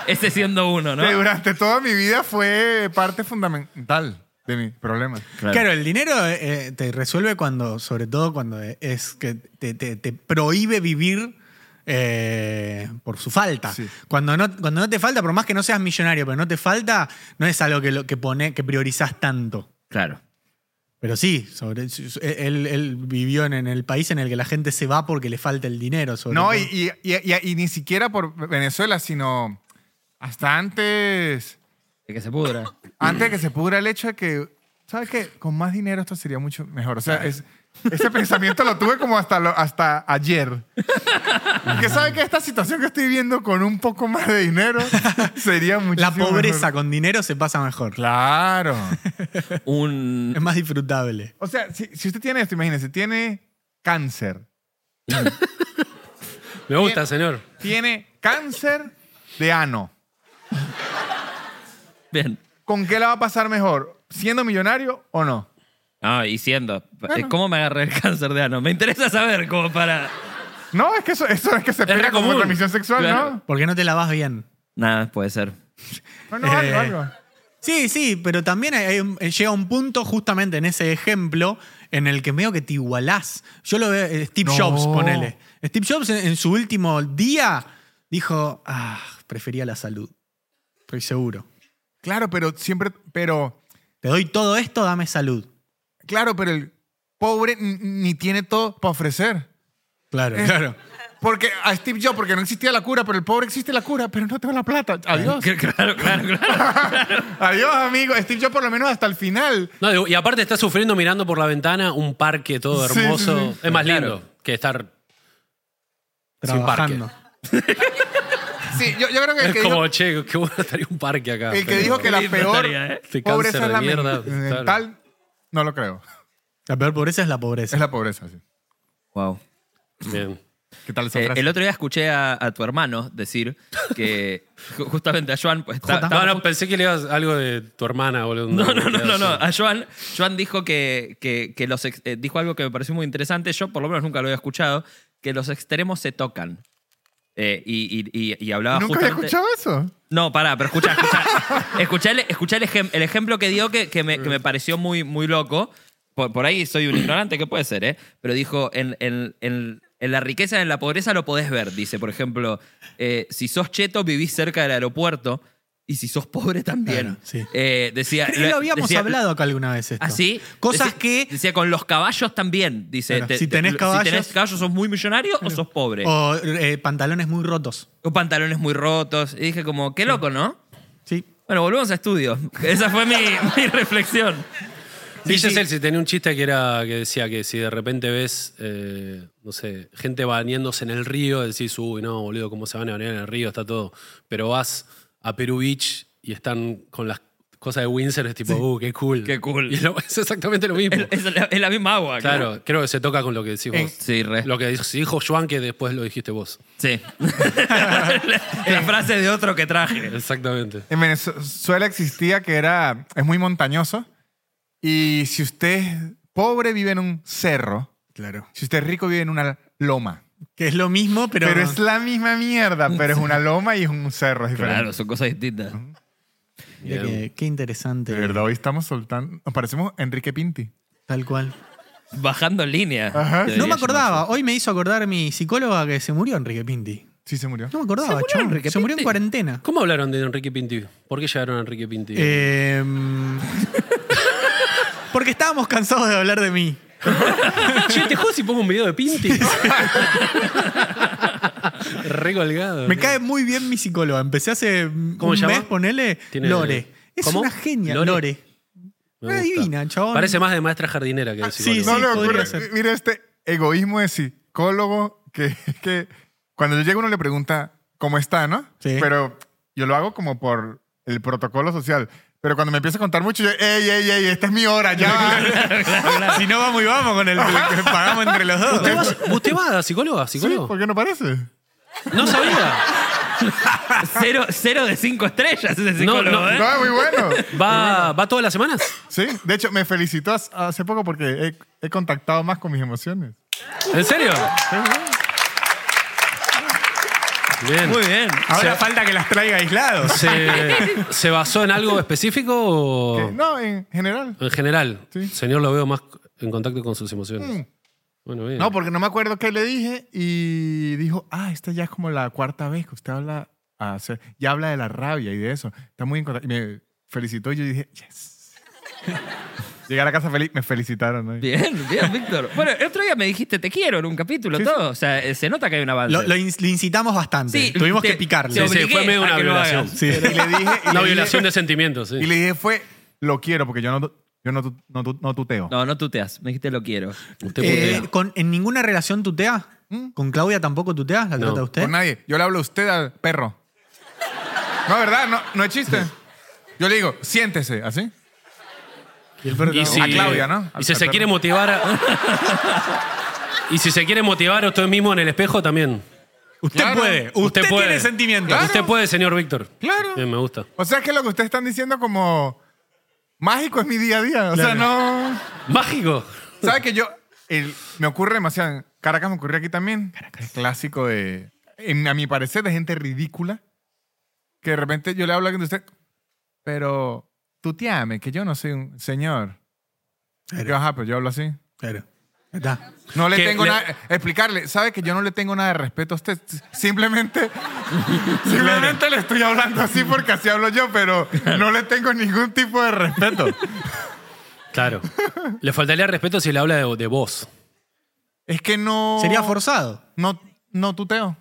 Speaker 4: ese siendo uno, ¿no?
Speaker 3: Que durante toda mi vida fue parte fundamental de mi problema.
Speaker 1: Claro, el dinero eh, te resuelve cuando, sobre todo cuando es que te, te- te prohíbe vivir eh, por su falta.
Speaker 3: Sí.
Speaker 1: Cuando, no, cuando no te falta, por más que no seas millonario, pero no te falta, no es algo que, lo, que, pone, que priorizás tanto.
Speaker 4: Claro.
Speaker 1: Pero sí, sobre, e, él, él vivió en, en el país en el que la gente se va porque le falta el dinero. sobre
Speaker 3: No,
Speaker 1: todo.
Speaker 3: y, y- y- y- y ni siquiera por Venezuela, sino hasta antes,
Speaker 4: De que se pudra.
Speaker 3: antes de que se pudra el hecho de que, ¿sabes qué? Con más dinero esto sería mucho mejor. O sea, es- ese pensamiento lo tuve como hasta, lo- hasta ayer. Que sabe que esta situación que estoy viendo con un poco más de dinero sería mucho
Speaker 1: la pobreza con dinero se pasa mejor.
Speaker 3: Claro.
Speaker 4: Un.
Speaker 1: Es más disfrutable.
Speaker 3: O sea, si, si usted tiene esto, imagínese, tiene cáncer.
Speaker 2: Me gusta, señor.
Speaker 3: Tiene cáncer de ano.
Speaker 4: Bien.
Speaker 3: ¿Con qué la va a pasar mejor? ¿Siendo millonario o no?
Speaker 4: No, y siendo. eh, ¿Cómo me agarré el cáncer de ano? Me interesa saber cómo para.
Speaker 3: No, es que eso, eso es que se pega
Speaker 2: re
Speaker 3: como
Speaker 2: común.
Speaker 3: transmisión sexual,
Speaker 4: Claro.
Speaker 1: Porque no te lavas bien.
Speaker 4: Nada, puede ser.
Speaker 3: ¿no? No, no, algo,
Speaker 1: Eh,
Speaker 3: algo.
Speaker 1: Sí, sí, pero también hay- hay un- eh, llega un punto justamente en ese ejemplo en el que medio que te igualás. Yo lo veo, eh, Steve
Speaker 3: No.
Speaker 1: Jobs, ponele. Steve Jobs en, en su último día dijo, ah, prefería la salud. Estoy seguro.
Speaker 3: Claro, pero siempre, pero,
Speaker 1: Te doy todo esto, dame salud.
Speaker 3: claro, pero el pobre n- ni tiene todo para ofrecer.
Speaker 1: Claro,
Speaker 3: Eh,
Speaker 1: claro.
Speaker 3: Porque a Steve Jobs, porque no existía la cura, pero el pobre existe la cura, pero no tengo la plata. Adiós.
Speaker 4: Claro, claro, claro.
Speaker 3: Adiós, amigo. Steve Jobs por lo menos hasta el final.
Speaker 2: No, y aparte está sufriendo mirando por la ventana un parque todo
Speaker 3: Sí, sí,
Speaker 2: hermoso.
Speaker 3: sí.
Speaker 2: Es más
Speaker 4: Claro.
Speaker 2: lindo que estar sin parque.
Speaker 1: Trabajando.
Speaker 3: Sí, yo, yo creo que el
Speaker 2: Es
Speaker 3: que
Speaker 2: como,
Speaker 3: dijo,
Speaker 2: che, qué bueno estaría un parque acá.
Speaker 4: Ah,
Speaker 3: el que,
Speaker 2: pero-
Speaker 3: dijo que la
Speaker 4: Qué lindo
Speaker 3: peor
Speaker 4: estaría, ¿eh?
Speaker 2: Este
Speaker 3: pobreza
Speaker 2: cáncer
Speaker 3: es la
Speaker 2: de mierda,
Speaker 4: pues,
Speaker 3: men-
Speaker 2: claro.
Speaker 3: mental, no lo creo.
Speaker 1: La peor pobreza es la pobreza.
Speaker 3: Es la pobreza, sí.
Speaker 4: Wow.
Speaker 2: Bien.
Speaker 3: ¿Qué tal esa
Speaker 4: Eh,
Speaker 3: frase?
Speaker 4: el otro día escuché a, a tu hermano decir que ju- justamente a Joan. Pues, está-
Speaker 1: Jota.
Speaker 4: estaba
Speaker 2: No, no,
Speaker 4: justo-
Speaker 2: pensé que le ibas algo de tu hermana, boludo.
Speaker 4: no, no, no, no, no. A Joan, Joan dijo que, que, que los ex- eh, dijo algo que me pareció muy interesante. Yo por lo menos nunca lo había escuchado, que los extremos se tocan. Eh, y, y, y, y hablaba
Speaker 3: ¿Nunca había
Speaker 4: ah, justamente.
Speaker 3: escuchado eso?
Speaker 4: No, pará, pero escucha, escucha. escuchá el, escuchá el, ejem- el ejemplo que dio que, que me, que me pareció muy, muy loco. Por, por ahí soy un ignorante, que puede ser, ¿eh? Pero dijo, en, en- en- en la riqueza y en la pobreza lo podés ver. Dice, por ejemplo, eh, si sos cheto, vivís cerca del aeropuerto Y si sos pobre también.
Speaker 1: Claro, sí.
Speaker 4: Eh, decía,
Speaker 1: Creo que lo habíamos
Speaker 4: decía-
Speaker 1: hablado acá alguna vez esto.
Speaker 4: Así.
Speaker 1: Cosas
Speaker 4: Decí-
Speaker 1: que.
Speaker 4: Decía, con los caballos también. Dice,
Speaker 1: Claro, si tenés caballos-
Speaker 4: si tenés caballos, sos muy millonario o sos pobre. O,
Speaker 1: O eh, pantalones muy rotos.
Speaker 4: pantalones muy rotos. Y dije, como, qué loco, ¿no?
Speaker 1: Sí.
Speaker 4: Bueno, volvemos a estudio. Esa fue mi, mi reflexión.
Speaker 2: Dice
Speaker 4: sí.
Speaker 2: Celsi, tenía un chiste que era que decía que si de repente ves, eh, no sé, gente bañándose en el río, decís, uy, no, boludo, ¿cómo se van a bañar en el río? Está todo. Pero vas a Perú Beach y están con las cosas de Windsor, es tipo, uh, qué cool.
Speaker 4: Qué cool.
Speaker 2: Y lo- es exactamente lo mismo.
Speaker 4: Es, es la, es la misma agua.
Speaker 2: claro, creo que se toca con lo que decís
Speaker 3: En-
Speaker 2: vos.
Speaker 4: Sí, re.
Speaker 2: Lo que dijo- dijo Joan, que después lo dijiste vos.
Speaker 4: Sí. la, la frase de otro que traje.
Speaker 2: Exactamente.
Speaker 3: En Venezuela existía que era, es muy montañoso. Y si usted es pobre, vive en un cerro.
Speaker 1: Claro.
Speaker 3: Si usted es rico, vive en una loma.
Speaker 1: Que es lo mismo, pero.
Speaker 3: Pero, es la misma mierda, pero es una loma y es un cerro. Es diferente.
Speaker 4: Claro, son cosas distintas.
Speaker 1: Mira que-
Speaker 2: Bien.
Speaker 1: qué interesante.
Speaker 3: De verdad, hoy estamos soltando. Nos parecemos Enrique Pinti.
Speaker 1: Tal cual.
Speaker 4: Bajando línea.
Speaker 3: Ajá.
Speaker 4: Debería
Speaker 1: No me
Speaker 4: llamarse.
Speaker 1: acordaba. Hoy me hizo acordar mi psicóloga que se murió Enrique Pinti.
Speaker 3: Sí, se murió.
Speaker 1: No me acordaba,
Speaker 4: ¿Se murió
Speaker 1: chabón.
Speaker 4: Enrique
Speaker 1: Se murió en
Speaker 4: Pinti?
Speaker 1: cuarentena.
Speaker 2: ¿Cómo hablaron de Enrique Pinti? ¿Por qué llegaron a Enrique Pinti?
Speaker 1: Eh, porque estábamos cansados de hablar de mí.
Speaker 2: Che, te jodas si pongo un video de Pinti. Re colgado.
Speaker 1: Me cae muy bien mi psicóloga. Empecé hace
Speaker 2: ¿Cómo
Speaker 1: un
Speaker 2: se llama?
Speaker 1: mes, ponele
Speaker 2: Tiene-
Speaker 1: Lore. Es
Speaker 2: ¿Cómo?
Speaker 1: una genia,
Speaker 2: Lore.
Speaker 1: Lore.
Speaker 2: Me
Speaker 1: Una
Speaker 2: gusta.
Speaker 1: divina, chabón.
Speaker 2: Parece más de maestra jardinera que de
Speaker 1: Ah, sí,
Speaker 2: psicóloga.
Speaker 3: No, no,
Speaker 1: podría
Speaker 3: pero
Speaker 1: ser.
Speaker 3: mira este egoísmo de psicólogo que, que cuando yo llego uno le pregunta cómo está, ¿no?
Speaker 1: Sí.
Speaker 3: Pero yo lo hago como por el protocolo social. Pero cuando me empieza a contar mucho, yo, ey, ey, ey, esta es mi hora, ya va.
Speaker 1: si no vamos y vamos con el que pagamos entre los dos.
Speaker 2: ¿Usted va, usted va a psicóloga?
Speaker 3: Sí,
Speaker 2: ¿Psicólogo?
Speaker 3: ¿por qué no parece?
Speaker 2: No sabía.
Speaker 4: Cero, cero de cinco estrellas ese
Speaker 2: No,
Speaker 4: psicólogo,
Speaker 2: no,
Speaker 4: ¿eh?
Speaker 3: No, muy bueno.
Speaker 2: ¿Va, ¿Va todas las semanas?
Speaker 3: Sí, de hecho, me felicitó hace- hace poco porque he, he contactado más con mis emociones.
Speaker 2: ¿En serio? Bien.
Speaker 4: Muy bien.
Speaker 1: Ahora falta que las traiga aislados.
Speaker 2: ¿Se, se basó en algo
Speaker 1: Oh.
Speaker 2: específico o
Speaker 3: Que- No, en general.
Speaker 2: en general?
Speaker 3: Sí. Mm.
Speaker 2: Señor, lo veo más en contacto con sus emociones. Bueno, bien.
Speaker 3: No, porque no me acuerdo qué le dije y dijo, ah, esta ya es como la cuarta vez que usted habla, ah, o sea, ya habla de la rabia y de eso. Está muy en contacto. Y me felicitó y yo dije, yes. Llegué a la casa feliz, me felicitaron. ¿no?
Speaker 4: Bien, bien, Víctor. Bueno, el otro día me dijiste te quiero en un capítulo,
Speaker 3: Sí,
Speaker 4: todo. O sea, eh, se nota que hay un avance.
Speaker 1: Lo, lo in- lo incitamos bastante.
Speaker 4: Sí,
Speaker 1: Tuvimos
Speaker 4: te-
Speaker 1: que picarle. Eh,
Speaker 4: te
Speaker 2: Sí, sí,
Speaker 4: obligué
Speaker 2: fue medio
Speaker 4: a
Speaker 2: una
Speaker 4: que lo hagas.
Speaker 2: violación.
Speaker 1: Sí.
Speaker 3: Y le dije, y
Speaker 2: Una
Speaker 3: le
Speaker 2: violación
Speaker 3: dije-
Speaker 2: de sentimientos, sí.
Speaker 3: Y le dije fue, lo quiero porque yo no, tu- yo no, tu- no, tu- no tuteo.
Speaker 4: No, no tuteas. Me dijiste lo quiero.
Speaker 2: Usted
Speaker 1: Eh,
Speaker 2: putea.
Speaker 1: con- ¿En ninguna relación tutea? ¿Con Claudia tampoco tutea? ¿La
Speaker 2: No.
Speaker 1: trata usted?
Speaker 3: Con nadie. Yo le hablo a usted al perro. No, ¿verdad? No, no es chiste. Yo le digo, siéntese, así.
Speaker 2: Y si-
Speaker 3: A Claudia, ¿no?
Speaker 2: Y si
Speaker 3: Al
Speaker 2: se
Speaker 3: perro.
Speaker 2: quiere motivar. a- y si se quiere motivar usted mismo en el espejo también.
Speaker 1: Usted
Speaker 3: Claro.
Speaker 1: puede. Usted,
Speaker 2: puede.
Speaker 1: tiene sentimientos.
Speaker 3: Claro.
Speaker 2: Usted puede, señor Víctor.
Speaker 3: Claro.
Speaker 2: Bien, me gusta.
Speaker 3: O sea, que lo que ustedes están diciendo como mágico es mi día a día. O sea,
Speaker 1: Claro.
Speaker 3: Ah, no...
Speaker 2: Mágico.
Speaker 3: ¿Sabes que yo? el- me ocurre demasiado. en Caracas me ocurrió aquí también. Caracas. Clásico de. en- a mi parecer, de gente ridícula. Que de repente yo le hablo a alguien de usted. Pero tú te ames, que yo no soy un señor.
Speaker 1: Claro.
Speaker 3: Yo, ajá, pero yo hablo así.
Speaker 1: Claro. Ya Está.
Speaker 3: No le
Speaker 2: Que
Speaker 3: tengo
Speaker 2: le-
Speaker 3: nada. Explicarle, ¿sabe que yo no le tengo nada de respeto a usted? Simplemente. simplemente le estoy hablando así porque así hablo yo, pero no le tengo ningún tipo de respeto.
Speaker 2: Claro. Le faltaría respeto si le habla de, de vos.
Speaker 3: Es que no.
Speaker 1: Sería forzado.
Speaker 3: No, no tuteo.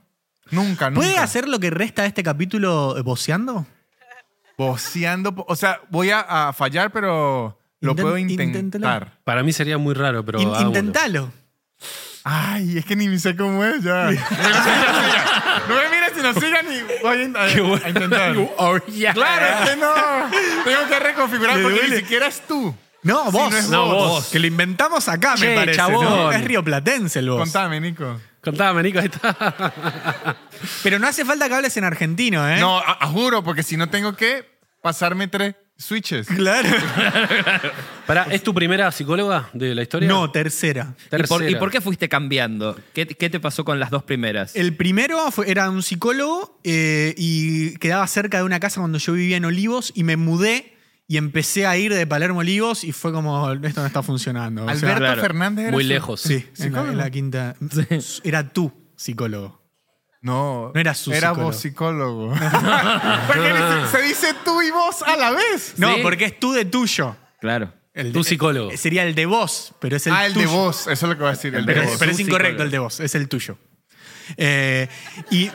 Speaker 3: Nunca, nunca.
Speaker 1: ¿Puede hacer lo que resta de este capítulo eh, voceando?
Speaker 3: Boceando. po- O sea, voy a, a fallar, pero lo
Speaker 1: Inten-
Speaker 3: puedo
Speaker 1: inténtelo.
Speaker 3: intentar.
Speaker 2: Para mí sería muy raro, pero.
Speaker 1: In-
Speaker 2: hagámoslo.
Speaker 1: intentalo.
Speaker 3: Ay, es que ni sé cómo es ya. No me mires si no sigan ni voy a in- a, a intentar.
Speaker 2: Oh,
Speaker 3: Claro, es que no. Ah. Tengo que reconfigurar
Speaker 1: Me
Speaker 3: porque ni
Speaker 1: duele.
Speaker 3: siquiera es tú.
Speaker 1: No,
Speaker 3: Si
Speaker 1: vos.
Speaker 3: no es
Speaker 2: No, vos. vos.
Speaker 1: Que lo inventamos acá,
Speaker 2: Che,
Speaker 1: me parece.
Speaker 2: chabón.
Speaker 1: ¿no? Es rioplatense el vos.
Speaker 3: Contame, Nico.
Speaker 2: Contame, Nico, ahí está.
Speaker 1: Pero no hace falta que hables en argentino, ¿eh?
Speaker 3: No, a- a- juro, porque si no tengo que pasarme tres switches.
Speaker 1: Claro.
Speaker 2: Pará, ¿es tu primera psicóloga de la historia?
Speaker 1: No, tercera.
Speaker 4: ¿Y por,
Speaker 2: Tercera.
Speaker 4: y por qué fuiste cambiando? ¿Qué, te- qué te pasó con las dos primeras?
Speaker 1: El primero fue- era un psicólogo eh, y quedaba cerca de una casa cuando yo vivía en Olivos y me mudé y empecé a ir de Palermo a Olivos y fue como, esto no está funcionando. O sea,
Speaker 3: Alberto
Speaker 4: claro.
Speaker 3: Fernández era
Speaker 2: Muy
Speaker 3: su-
Speaker 2: lejos.
Speaker 1: Sí, en la,
Speaker 3: Psicólogo.
Speaker 1: en la quinta. Era tú, psicólogo.
Speaker 3: No,
Speaker 1: No era su
Speaker 3: era
Speaker 1: psicólogo.
Speaker 3: vos psicólogo. Porque se- se dice tú y vos a la vez.
Speaker 1: No,
Speaker 4: Sí.
Speaker 1: porque es tú de tuyo.
Speaker 4: Claro.
Speaker 1: El
Speaker 2: Tu
Speaker 1: de-
Speaker 2: psicólogo.
Speaker 1: eh, Sería el de vos, pero es el
Speaker 3: ah, el de
Speaker 1: tuyo.
Speaker 3: vos, eso es lo que voy a decir. El de
Speaker 1: Pero,
Speaker 3: vos.
Speaker 1: pero es
Speaker 4: Tu
Speaker 1: incorrecto
Speaker 4: psicólogo.
Speaker 1: el de vos, es el tuyo. Eh, y,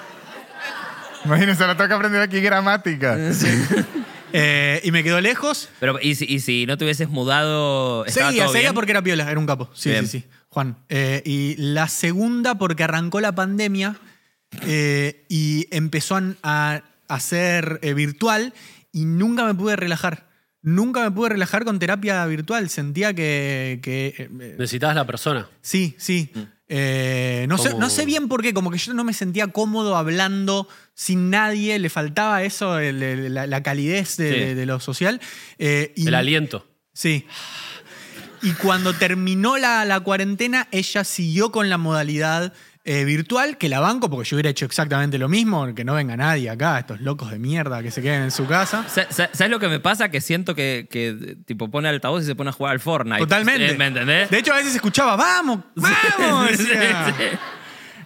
Speaker 3: Imagínense, ahora tengo que aprender aquí gramática.
Speaker 1: eh, y me quedó lejos.
Speaker 4: Pero, ¿y si, y si no te hubieses mudado? ¿estaba
Speaker 1: Seguía,
Speaker 4: todo
Speaker 1: seguía
Speaker 4: bien?
Speaker 1: porque era piola, era un capo. Sí,
Speaker 4: Bien.
Speaker 1: sí, sí. Juan. Eh, y la segunda porque arrancó la pandemia eh, y empezó a- a hacer eh, virtual y nunca me pude relajar. Nunca me pude relajar con terapia virtual. Sentía que- que eh,
Speaker 2: Necesitabas la persona.
Speaker 1: Sí, sí.
Speaker 4: Mm.
Speaker 1: Eh, no, sé,
Speaker 2: Como-
Speaker 1: no sé bien por qué, como que yo no me sentía cómodo hablando sin nadie, le faltaba eso, el- el- la, la calidez de,
Speaker 4: Sí.
Speaker 1: de- de lo social. Eh, y,
Speaker 2: El aliento.
Speaker 1: Sí. Y cuando terminó la, la cuarentena, ella siguió con la modalidad eh, virtual, que la banco, porque yo hubiera hecho exactamente lo mismo, que no venga nadie acá, estos locos de mierda que se queden en su casa.
Speaker 4: Sa- sa- ¿Sabes lo que me pasa? Que siento que, que, tipo pone altavoz y se pone a jugar al Fortnite.
Speaker 1: Totalmente.
Speaker 4: ¿Me entendés?
Speaker 1: De hecho, a veces escuchaba, vamos, vamos.
Speaker 4: Sí,
Speaker 1: decía.
Speaker 4: sí.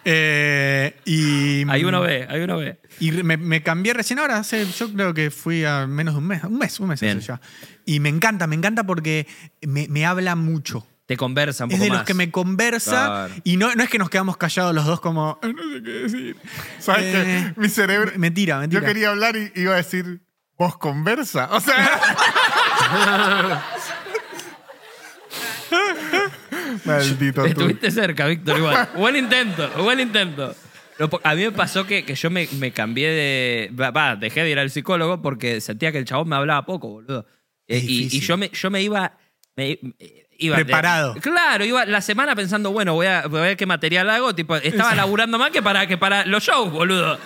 Speaker 1: Eh, y,
Speaker 4: Ahí uno ve, ahí uno ve.
Speaker 1: Y re- me, me cambié recién ahora, hace, yo creo que fui a menos de un mes, un mes, un mes hace
Speaker 4: Bien.
Speaker 1: ya. Y me encanta, me encanta porque me, me habla mucho.
Speaker 4: Te conversa un
Speaker 1: Es
Speaker 4: poco
Speaker 1: de
Speaker 4: más.
Speaker 1: los que me conversa
Speaker 4: Claro.
Speaker 1: y no, no es que nos quedamos callados los dos como... "Ah, no sé qué decir".
Speaker 3: ¿Sabes
Speaker 1: Eh,
Speaker 3: qué? Mi cerebro.
Speaker 1: Me tira, me tira.
Speaker 3: Yo quería hablar y iba a decir, vos conversa. O sea. Maldito tú.
Speaker 4: Estuviste cerca, Víctor, igual. buen intento, buen intento. Lo po- A mí me pasó que, que yo me, me cambié de. Va, va, dejé de ir al psicólogo porque sentía que el chabón me hablaba poco, boludo. Eh,
Speaker 1: Es
Speaker 4: y, y
Speaker 1: difícil.
Speaker 4: yo, me, yo me iba. me- iba de-
Speaker 1: Preparado.
Speaker 4: claro, iba la semana pensando, bueno, voy a, voy a ver qué material hago. Tipo, estaba laburando más que para, que para los shows, boludo.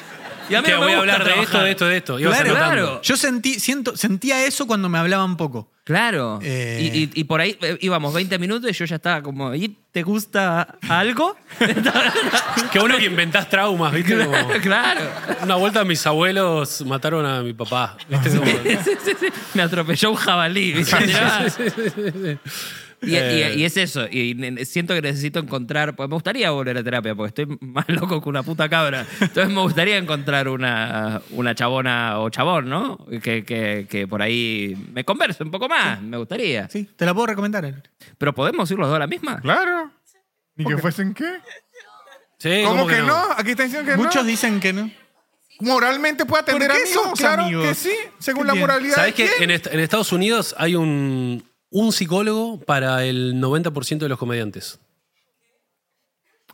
Speaker 4: Y a mí
Speaker 2: Que
Speaker 4: no me
Speaker 2: voy a
Speaker 4: gusta
Speaker 2: hablar de
Speaker 4: trabajar.
Speaker 2: esto, de esto, de esto. Ibas
Speaker 4: Claro,
Speaker 2: anotando.
Speaker 4: claro.
Speaker 1: Yo sentí, siento, sentía eso cuando me hablaban poco.
Speaker 4: Claro.
Speaker 1: Eh.
Speaker 4: Y, y- y por ahí eh, íbamos 20 minutos y yo ya estaba como, ¿y te gusta algo?
Speaker 2: Que uno que inventás traumas, ¿viste? Como,
Speaker 4: claro.
Speaker 2: una vuelta mis abuelos mataron a mi papá. ¿viste? Como-
Speaker 4: Sí, sí, sí. Me atropelló un jabalí. ¿viste? Y, y- y es eso. Y ne- siento que necesito encontrar. Pues me gustaría volver a terapia porque estoy más loco que una puta cabra. Entonces me gustaría encontrar una, una chabona o chabón, ¿no? Que, que- que por ahí me converse un poco más. Me gustaría.
Speaker 1: Sí, te la puedo recomendar.
Speaker 4: Pero podemos ir los dos a la misma.
Speaker 3: Claro. Ni que fuesen qué.
Speaker 2: Sí,
Speaker 3: ¿Cómo que no? Aquí está diciendo que
Speaker 1: Muchos
Speaker 3: no.
Speaker 1: dicen que no.
Speaker 3: Moralmente puede atender
Speaker 1: ¿Por qué
Speaker 3: amigos.
Speaker 1: sos
Speaker 3: Claro
Speaker 1: amigos?
Speaker 3: que sí. Según
Speaker 1: Qué
Speaker 3: la
Speaker 1: bien.
Speaker 3: moralidad.
Speaker 2: ¿Sabés
Speaker 3: ¿Sabes
Speaker 2: que en, est- en Estados Unidos hay un, un psicólogo para el 90% de los comediantes?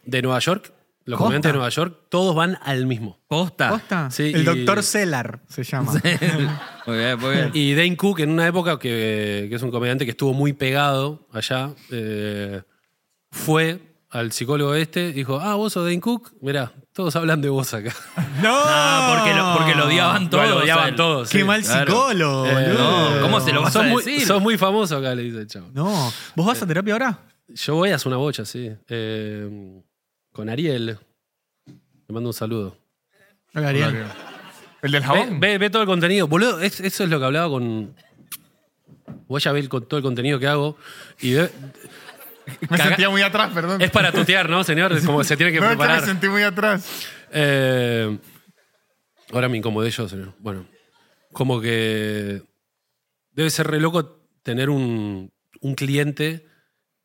Speaker 2: De Nueva York, los
Speaker 1: Costa.
Speaker 2: comediantes de Nueva York, todos van al mismo.
Speaker 4: Posta.
Speaker 1: Posta.
Speaker 2: Sí,
Speaker 1: el
Speaker 2: y-
Speaker 1: doctor Cellar se llama.
Speaker 4: Muy bien, muy bien.
Speaker 2: Y Dane Cook, en una época que, que es un comediante que estuvo muy pegado allá, eh, fue al psicólogo este, dijo, ah, vos sos Dane Cook, mirá, todos hablan de vos acá.
Speaker 1: No,
Speaker 4: Ah, porque lo, porque Ah, lo odiaban todos.
Speaker 2: lo
Speaker 4: a
Speaker 2: odiaban
Speaker 4: él.
Speaker 2: todos.
Speaker 1: Qué
Speaker 2: sí.
Speaker 1: mal
Speaker 4: claro.
Speaker 1: psicólogo,
Speaker 2: Eh,
Speaker 1: boludo.
Speaker 4: no, ¿cómo se lo vas
Speaker 2: sos
Speaker 4: a
Speaker 2: muy,
Speaker 4: decir?
Speaker 2: Sos muy famoso acá, le dice el chavo.
Speaker 1: No. ¿Vos vas a terapia ahora?
Speaker 2: Yo voy a hacer una bocha, sí. Eh, con Ariel. Le mando un saludo.
Speaker 1: No, Gabriel.
Speaker 3: El del
Speaker 2: Ve,
Speaker 3: jabón.
Speaker 2: ve- ve todo el contenido. Boludo, es- eso es lo que hablaba con. Voy a ver con todo el contenido que hago. Y ve-
Speaker 3: me
Speaker 4: caga-
Speaker 3: sentía muy atrás, perdón.
Speaker 2: es para tutear, ¿no, señor? Es Como se tiene que
Speaker 3: No, es que me
Speaker 2: preparar.
Speaker 3: sentí muy atrás.
Speaker 2: Eh, ahora me incomodé yo, señor. Bueno, como que debe ser re loco tener un, un cliente,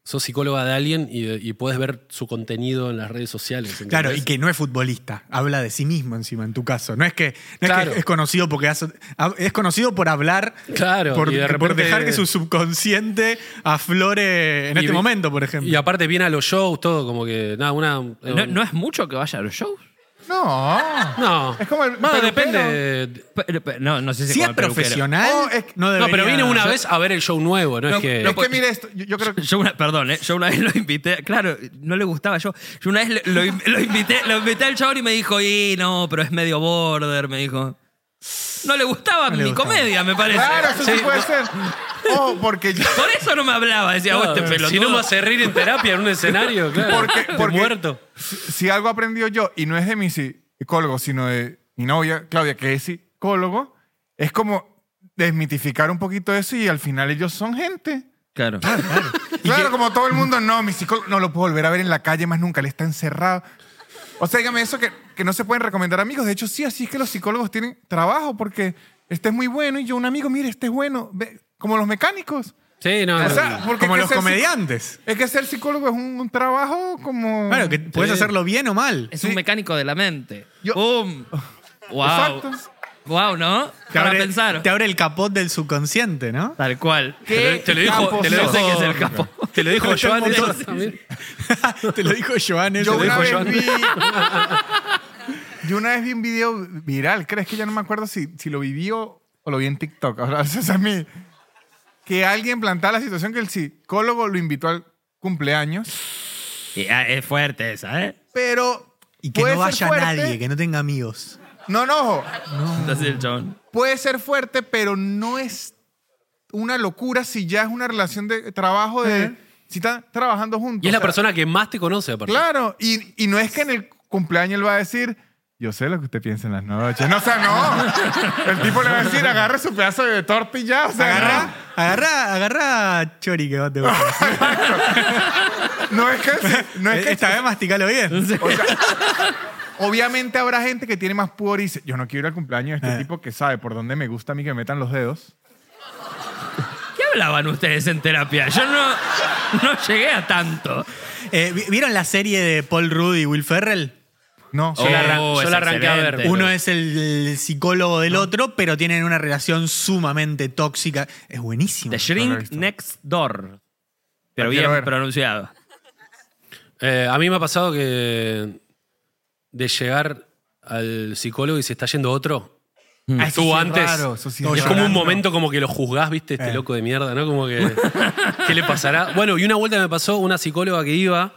Speaker 2: sos psicóloga de alguien y, y puedes ver su contenido en las redes sociales. ¿entendés?
Speaker 1: Claro, y que no es futbolista. Habla de sí mismo encima, en tu caso. No es que, no
Speaker 2: Claro.
Speaker 1: es, que es conocido porque hace- hab- es conocido por hablar.
Speaker 2: Claro,
Speaker 1: por,
Speaker 2: y de
Speaker 1: por
Speaker 2: repente-
Speaker 1: dejar que su subconsciente aflore en
Speaker 2: Y
Speaker 1: este
Speaker 2: vi-
Speaker 1: momento, por ejemplo.
Speaker 2: Y aparte viene a los shows, todo, como que. Nada, una. eh,
Speaker 4: ¿No, no es mucho que vaya a los shows?
Speaker 3: No.
Speaker 2: No.
Speaker 3: Es como el
Speaker 2: Bueno,
Speaker 3: peluquero.
Speaker 2: depende. de-
Speaker 4: Pero- pero- No, no sé si
Speaker 1: si es
Speaker 4: como el peluquero.
Speaker 1: profesional,
Speaker 3: No, es que-
Speaker 1: no
Speaker 2: No,
Speaker 1: debería-
Speaker 2: pero vine una vez a ver el show nuevo, no,
Speaker 4: No,
Speaker 2: es que.
Speaker 4: no,
Speaker 3: Es que mire esto. Yo, yo creo que.
Speaker 4: Yo una, perdón, ¿eh? yo una vez lo invité, claro, no le gustaba yo. Yo una vez lo, lo in- lo invité, lo invité al chabón y me dijo, y no, pero es medio border, me dijo. No le gustaba
Speaker 1: le
Speaker 4: mi
Speaker 1: gustaba.
Speaker 4: comedia, me parece.
Speaker 3: Claro, eso sí,
Speaker 2: Sí,
Speaker 3: puede
Speaker 2: no.
Speaker 3: ser. O porque yo.
Speaker 4: Por eso no me hablaba, decía, vos este
Speaker 2: No,
Speaker 4: pelotudo.
Speaker 2: si no me hace reír en terapia, en un escenario, claro.
Speaker 3: Porque-
Speaker 2: De
Speaker 3: porque-
Speaker 2: muerto.
Speaker 3: si algo aprendió yo, y no es de mi psicólogo, sino de mi novia, Claudia, que es psicólogo, es como desmitificar un poquito eso y al final ellos son gente.
Speaker 4: Claro.
Speaker 2: Ah,
Speaker 3: Claro, como todo el mundo, no, mi psicólogo no lo puedo volver a ver en la calle más nunca, él está encerrado. O sea, dígame eso que, que no se pueden recomendar amigos. De hecho, sí, así es que los psicólogos tienen trabajo porque este es muy bueno y yo un amigo, mire, este es bueno. Ve, Como los mecánicos.
Speaker 2: Sí, no.
Speaker 3: O
Speaker 2: no,
Speaker 3: sea,
Speaker 2: no.
Speaker 3: porque
Speaker 1: Como
Speaker 3: es que
Speaker 1: los
Speaker 3: ser psi-
Speaker 1: comediantes.
Speaker 3: Es que ser psicólogo es un, un trabajo como...
Speaker 1: Claro, que puedes hacerlo bien o mal.
Speaker 4: Es un mecánico de la mente.
Speaker 3: Yo-
Speaker 4: ¡Pum! ¡Wow!
Speaker 3: Exacto.
Speaker 4: ¡Wow, no! Para pensar.
Speaker 1: te abre el capot del subconsciente, ¿no?
Speaker 4: Tal cual.
Speaker 3: ¿Qué
Speaker 2: Te lo dijo,
Speaker 3: capo
Speaker 2: te lo
Speaker 4: soy?
Speaker 2: dijo,
Speaker 4: Sé que es el capo.
Speaker 2: Te lo dijo Joan.
Speaker 1: un
Speaker 2: eso
Speaker 1: montón.
Speaker 2: también.
Speaker 1: te lo dijo Joan eso.
Speaker 2: Te
Speaker 3: Yo una,
Speaker 2: dijo
Speaker 3: vez
Speaker 2: Joan.
Speaker 3: vi, yo una vez vi un video viral, crees que ya no me acuerdo si, si lo viví o, o lo vi en TikTok. Ahora, o sea, a mí, que alguien plantaba la situación que el psicólogo lo invitó al cumpleaños,
Speaker 4: Y, ah, es fuerte esa, ¿eh?
Speaker 3: pero.
Speaker 1: Y que
Speaker 3: puede
Speaker 1: no
Speaker 3: ser
Speaker 1: vaya
Speaker 3: fuerte.
Speaker 1: nadie, que no tenga amigos.
Speaker 3: No, no, ojo.
Speaker 4: Entonces el chabón.
Speaker 3: Puede ser fuerte, pero no es una locura si ya es una relación de trabajo de. Si están trabajando juntos.
Speaker 2: Y es
Speaker 3: O
Speaker 2: la
Speaker 3: sea,
Speaker 2: persona que más te conoce, aparte.
Speaker 3: Claro, y, y no es que en el cumpleaños él va a decir, yo sé lo que usted piensa en las noches. No, o sea, no. El tipo le va a decir, agarre su pedazo de torta y ya. O sea,
Speaker 1: Agarrá, agarrá, agarrá, Chori, que va te gusta.
Speaker 3: No, no es que... No es que
Speaker 1: Eh, Esta vez masticalo bien.
Speaker 3: obviamente habrá gente que tiene más pudor y dice, yo no quiero ir al cumpleaños de este tipo que sabe por dónde me gusta a mí que me metan los dedos.
Speaker 4: ¿Qué hablaban ustedes en terapia? Yo no, no llegué a tanto.
Speaker 1: Eh, ¿vi- ¿Vieron la serie de Paul Rudd y Will Ferrell?
Speaker 3: No.
Speaker 4: Oh,
Speaker 2: Yo la, arran- yo
Speaker 4: es
Speaker 2: la arranqué a ver.
Speaker 4: excelente.
Speaker 2: pero-
Speaker 1: Uno es el psicólogo del otro, pero tienen una relación sumamente tóxica. Es buenísimo.
Speaker 4: The Shrink Next Door. Pero
Speaker 3: La
Speaker 4: bien
Speaker 3: quiero ver.
Speaker 4: pronunciado.
Speaker 2: Eh, a mí me ha pasado que de llegar al psicólogo y se está yendo otro.
Speaker 1: Mm.
Speaker 3: Ah, eso sí
Speaker 2: Estuvo
Speaker 3: es
Speaker 2: antes.
Speaker 3: raro, eso sí
Speaker 2: es
Speaker 3: es
Speaker 2: como
Speaker 3: raro.
Speaker 2: un momento como que lo juzgás, viste,
Speaker 3: Eh.
Speaker 2: este loco de mierda, ¿no? Como que. ¿Qué le pasará? Bueno, y una vuelta me pasó una psicóloga que iba.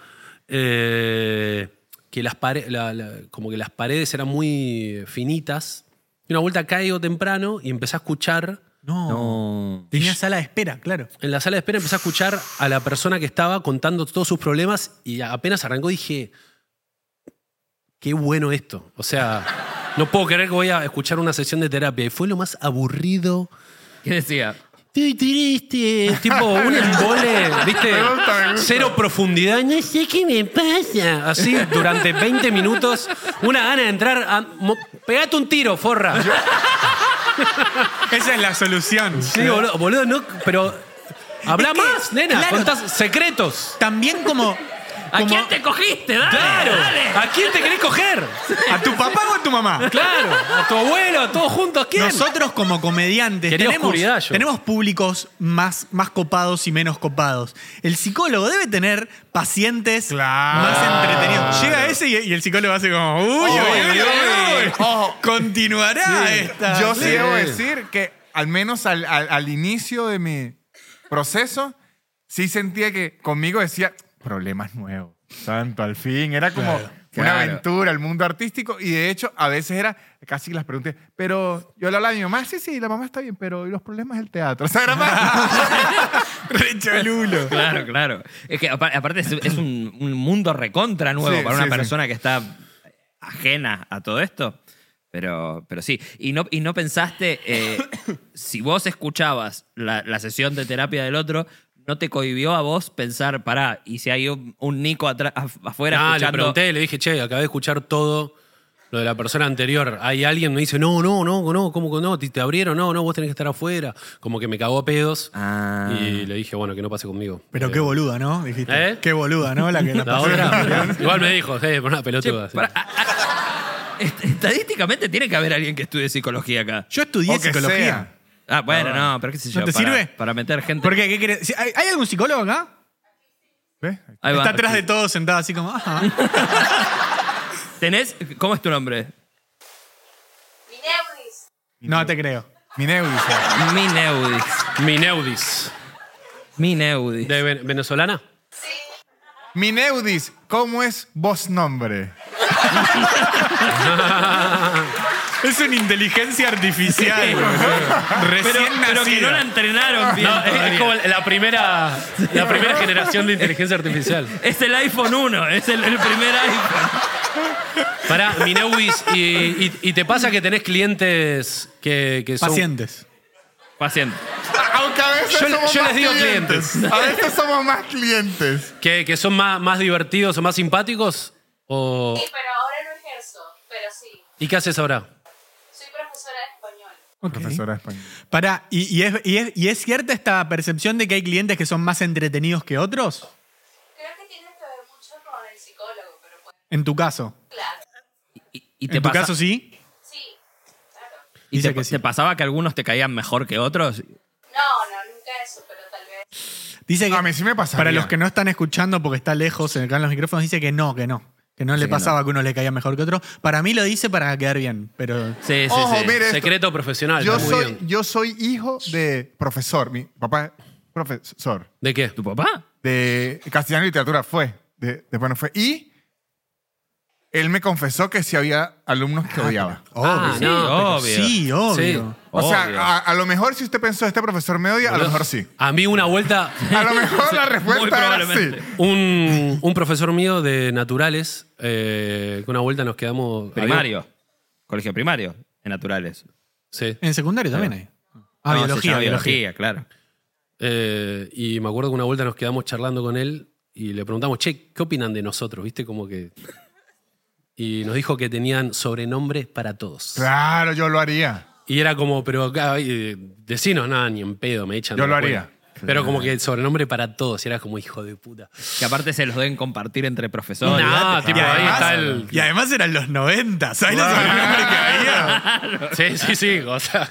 Speaker 2: eh, que las paredes. como que las paredes eran muy finitas. Y una vuelta caigo temprano y empecé a escuchar.
Speaker 1: No.
Speaker 4: No.
Speaker 1: Tenía sala de espera, claro.
Speaker 2: En la sala de espera empecé a escuchar a la persona que estaba contando todos sus problemas y apenas arrancó dije, qué bueno esto. O sea, no puedo creer que voy a escuchar una sesión de terapia. Y fue lo más aburrido.
Speaker 4: ¿Qué decía?
Speaker 2: Estoy triste. Tipo, un embole, ¿viste?
Speaker 3: Me gusta, me gusta.
Speaker 2: Cero profundidad. No sé qué me pasa. Así, durante 20 minutos, una gana de entrar a... mo- Pegate un tiro, forra.
Speaker 1: Esa es la solución.
Speaker 2: Sí, boludo, boludo, no, pero... Habla
Speaker 1: Es que,
Speaker 2: más, nena.
Speaker 1: claro.
Speaker 2: Contás secretos.
Speaker 1: También como.
Speaker 4: ¿A
Speaker 1: como-
Speaker 4: quién te cogiste? Dale,
Speaker 2: ¡Claro!
Speaker 4: dale.
Speaker 2: ¿A quién te querés coger?
Speaker 1: ¿A tu papá o a tu mamá?
Speaker 2: ¡Claro! ¿A tu abuelo? ¿A todos juntos? ¿Quién?
Speaker 1: Nosotros como comediantes
Speaker 2: Quería
Speaker 1: tenemos,
Speaker 2: oscuridad yo.
Speaker 1: tenemos públicos más, más copados y menos copados. El psicólogo debe tener pacientes
Speaker 3: Claro.
Speaker 1: más entretenidos. Llega ese y, y el psicólogo hace como, uy, uy,
Speaker 3: Oye,
Speaker 1: uy, uy,
Speaker 3: oye, ojo.
Speaker 1: continuará esta.
Speaker 3: Yo sí
Speaker 1: Sí.
Speaker 3: debo decir que al menos al, al- al inicio de mi proceso, sí sentía que conmigo decía, problemas nuevos. Santo, al fin. Era como una
Speaker 4: Claro.
Speaker 3: aventura, el mundo artístico. Y de hecho, a veces era casi las preguntas, pero yo le hablaba a mi mamá, sí, sí, la mamá está bien, pero ¿y los problemas del teatro? O sea, era más-
Speaker 1: Re cholulo.
Speaker 4: Claro, claro. Es que apa- aparte es, es un, un mundo recontra nuevo
Speaker 3: Sí,
Speaker 4: para una
Speaker 3: sí, sí.
Speaker 4: persona que está ajena a todo esto. Pero, pero sí. Y no, y no pensaste, eh, si vos escuchabas la, la sesión de terapia del otro, ¿no te cohibió a vos pensar, pará, y si hay un, un Nico atrás- af- afuera
Speaker 2: Ah, le
Speaker 4: escuchando?
Speaker 2: pregunté, le dije, che, acabé de escuchar todo lo de la persona anterior. Hay alguien me dice, no, no, no, no, ¿cómo que no? ¿Te, te abrieron? No, no, vos tenés que estar afuera. Como que me cagó a pedos.
Speaker 4: Ah.
Speaker 2: Y le dije, bueno, que no pase conmigo.
Speaker 1: Pero qué boluda, ¿no? Dijiste.
Speaker 2: ¿Eh?
Speaker 1: Qué boluda, ¿no? La que la
Speaker 2: La
Speaker 1: pasó.
Speaker 2: otra, igual me dijo, eh, por una
Speaker 4: Che,
Speaker 2: pelotuda. sí.
Speaker 4: pará, a- a- est- estadísticamente tiene que haber alguien que estudie psicología acá.
Speaker 1: Yo estudié
Speaker 3: O que
Speaker 1: psicología.
Speaker 3: sea.
Speaker 4: Ah, bueno, no, pero qué sé yo.
Speaker 1: ¿No te
Speaker 4: para-
Speaker 1: sirve?
Speaker 4: Para meter gente.
Speaker 1: ¿Por qué? ¿Qué querés? ¿Sí? ¿Hay, hay algún psicólogo acá?
Speaker 3: ¿Ves?
Speaker 4: Ahí va.
Speaker 1: Está atrás de todo sentado así como, ajá.
Speaker 4: ¿Tenés? ¿Cómo es tu nombre?
Speaker 5: Mineuris.
Speaker 1: No te creo.
Speaker 3: Mi neurisis.
Speaker 4: Mineudis.
Speaker 2: Mineudis.
Speaker 4: Mineudis.
Speaker 2: ¿De ven- venezolana?
Speaker 3: Mi neudis, ¿cómo es vos nombre?
Speaker 1: Es una inteligencia artificial. Recién
Speaker 4: pero, pero que
Speaker 1: nacida.
Speaker 4: no la entrenaron bien.
Speaker 2: No, es,
Speaker 4: todavía.
Speaker 2: como la primera, la primera generación de inteligencia artificial.
Speaker 4: Es el iPhone 1, es el, el primer iPhone.
Speaker 2: Pará, Mineudis, y, y- y te pasa que tenés clientes que, que son.
Speaker 1: Pacientes.
Speaker 4: Paciente.
Speaker 3: Aunque a veces
Speaker 2: Yo le-
Speaker 3: somos
Speaker 2: yo
Speaker 3: más
Speaker 2: les digo
Speaker 3: clientes. A veces somos más clientes.
Speaker 2: Que, que son más, más divertidos o más simpáticos. O.
Speaker 5: Sí, pero ahora eso, pero sí.
Speaker 2: ¿Y qué haces ahora?
Speaker 5: Soy profesora de español.
Speaker 3: Profesora de español.
Speaker 1: Pará, ¿y, y es, y es- y es cierta esta percepción de que hay clientes que son más entretenidos que otros?
Speaker 5: Creo que tiene que ver mucho con el psicólogo, pero pues,
Speaker 1: En tu caso.
Speaker 5: claro.
Speaker 4: ¿Y, y te,
Speaker 1: En tu
Speaker 4: pasa-
Speaker 1: caso sí.
Speaker 5: Sí, claro.
Speaker 4: y
Speaker 1: dice
Speaker 4: te-
Speaker 1: que sí.
Speaker 4: te pasaba que algunos te caían mejor que otros?
Speaker 5: No, no, nunca eso, pero tal vez.
Speaker 1: Dice que
Speaker 3: A mí sí me pasaría.
Speaker 1: para los que no están escuchando porque está lejos acá en los micrófonos dice que no, que no, que no
Speaker 4: Dice
Speaker 1: le
Speaker 4: que
Speaker 1: pasaba que, uno le caía mejor que otro. Para mí lo dice para quedar bien, pero
Speaker 4: Sí, sí,
Speaker 3: Ojo,
Speaker 4: sí.
Speaker 3: mire, esto-
Speaker 2: Secreto profesional.
Speaker 3: yo,
Speaker 2: está muy
Speaker 3: soy,
Speaker 2: bien.
Speaker 3: yo soy hijo de profesor. Mi papá es profesor
Speaker 2: ¿De qué?
Speaker 4: ¿Tu papá?
Speaker 3: de castellano y literatura. Fue. De, de- bueno, fue. Y él me confesó que sí había alumnos que odiaba.
Speaker 2: Ah,
Speaker 1: obvio.
Speaker 4: sí,
Speaker 2: no, pero
Speaker 4: obvio.
Speaker 1: Sí, obvio.
Speaker 2: Sí.
Speaker 3: O sea, ah,
Speaker 4: Obvio.
Speaker 3: a, a lo mejor si usted pensó, este profesor me odia, a lo mejor sí.
Speaker 2: A mí una vuelta,
Speaker 3: A lo mejor la
Speaker 4: Muy
Speaker 3: respuesta era sí.
Speaker 4: probablemente.
Speaker 2: un, un profesor mío de naturales, eh, que una vuelta nos quedamos...
Speaker 4: Primario. Colegio primario, en naturales.
Speaker 2: Sí.
Speaker 1: En secundario también hay. Ah,
Speaker 4: No, se
Speaker 1: biología,
Speaker 4: llama
Speaker 1: biología.
Speaker 4: biología, claro.
Speaker 2: Eh, y me acuerdo que una vuelta nos quedamos charlando con él y le preguntamos, che, ¿qué opinan de nosotros? ¿Viste? Como que... Y nos dijo que tenían sobrenombres para todos.
Speaker 3: Claro, yo lo haría.
Speaker 2: Y era como, pero ay, eh, decinos nada, ni en pedo, me echan.
Speaker 3: Yo
Speaker 2: de
Speaker 3: lo
Speaker 2: la
Speaker 3: haría.
Speaker 2: escuela". Pero como que el sobrenombre para todos, y era como hijo de puta.
Speaker 4: Que aparte se los deben compartir entre
Speaker 2: No,
Speaker 4: profesores.
Speaker 2: tipo,
Speaker 1: Y
Speaker 2: ahí
Speaker 1: además-
Speaker 2: está el.
Speaker 1: Y además eran los 90, ¿sabes los sobrenombres que había?
Speaker 2: Sí, sí, sí. O sea,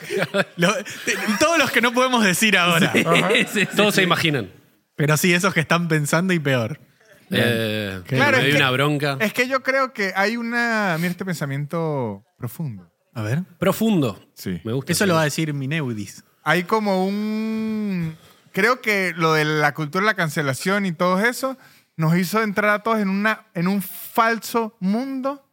Speaker 1: Lo- te- todos los que no podemos decir ahora.
Speaker 4: Sí, sí,
Speaker 2: todos
Speaker 4: sí.
Speaker 2: se imaginan.
Speaker 1: Pero sí, esos que están pensando y peor.
Speaker 2: Eh, me
Speaker 3: Claro, es
Speaker 2: dio
Speaker 3: que-
Speaker 2: una bronca.
Speaker 3: Es que yo creo que hay una. Mira este pensamiento profundo.
Speaker 1: A ver.
Speaker 2: Profundo.
Speaker 3: Sí.
Speaker 2: Me gusta.
Speaker 1: Eso lo va a decir Mineudis.
Speaker 3: Hay como un. Creo que lo de la cultura de la cancelación y todo eso nos hizo entrar a todos en, una, en un falso mundo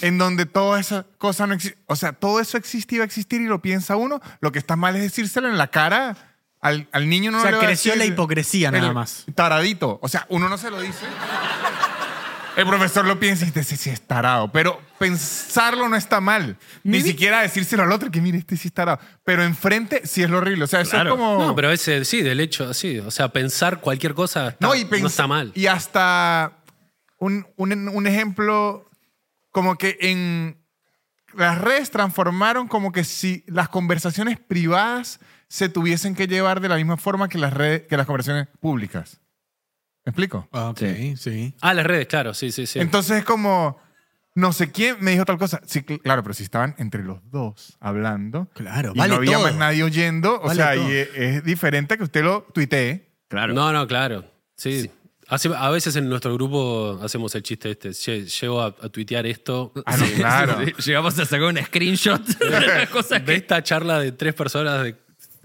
Speaker 3: en donde todas esas cosas no existen. O sea, todo eso existe y va a existir y lo piensa uno. Lo que está mal es decírselo en la cara. Al, al niño no
Speaker 1: O sea,
Speaker 3: le va a
Speaker 1: creció
Speaker 3: decir
Speaker 1: la hipocresía
Speaker 3: el
Speaker 1: nada más.
Speaker 3: Taradito. O sea, uno no se lo dice. El profesor lo piensa y dice, "Este sí, sí, es tarado. Pero pensarlo no está mal. Ni siquiera decírselo al otro, que mire, este sí es tarado. Pero enfrente sí es lo horrible. O sea, eso
Speaker 4: Claro.
Speaker 3: es como...
Speaker 2: No, pero ese, sí, del hecho, sí. O sea, pensar cualquier cosa está- no,
Speaker 3: No, y pens-
Speaker 2: está mal.
Speaker 3: Y hasta un, un- un ejemplo, como que en las redes transformaron como que si las conversaciones privadas se tuviesen que llevar de la misma forma que las, redes, que las conversaciones públicas. ¿Me explico?
Speaker 1: Ok, sí.
Speaker 2: Ah, las redes, claro, sí, sí, sí.
Speaker 3: Entonces es como, no sé quién me dijo tal cosa. Sí, cl- claro, pero si estaban entre los dos hablando.
Speaker 1: Claro,
Speaker 3: y
Speaker 1: vale
Speaker 3: no había
Speaker 1: todo.
Speaker 3: más nadie oyendo. O
Speaker 1: Vale
Speaker 3: sea,
Speaker 1: todo.
Speaker 3: y es, es diferente que usted lo tuitee.
Speaker 4: Claro.
Speaker 2: No, no, claro. Sí. Hace- a veces en nuestro grupo hacemos el chiste este. "Che, llego a, a tuitear esto.
Speaker 3: Ah, no, claro.
Speaker 4: Sí, Llegamos a sacar un screenshot de las cosas
Speaker 2: De
Speaker 4: que...
Speaker 2: esta charla de tres personas, de-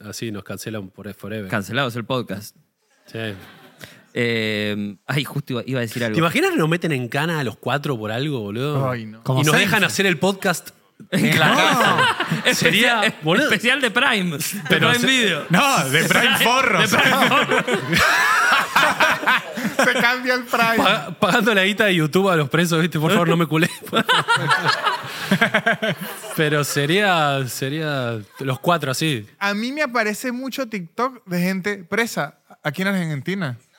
Speaker 2: así nos cancelan por e, forever.
Speaker 4: Cancelados el podcast.
Speaker 2: Sí.
Speaker 4: Eh, ay, justo iba, iba a decir
Speaker 2: ¿Te
Speaker 4: algo.
Speaker 2: imaginas que nos meten en cana a los cuatro por algo, boludo?
Speaker 3: Ay, no.
Speaker 1: Como
Speaker 2: y nos
Speaker 1: Seinfeld.
Speaker 2: dejan hacer el podcast en la casa. Sería,
Speaker 4: Especial-
Speaker 2: boludo.
Speaker 4: Especial de Prime.
Speaker 2: Pero
Speaker 4: de Prime
Speaker 2: se-
Speaker 4: Video.
Speaker 1: No, de Prime Forro.
Speaker 3: Se cambia el price.
Speaker 2: pa- pagando la guita de YouTube a los presos, ¿viste? Por favor, no me culé. por favor. Pero sería, sería los cuatro así.
Speaker 3: A mí me aparece mucho TikTok de gente presa aquí en Argentina.
Speaker 1: Sí.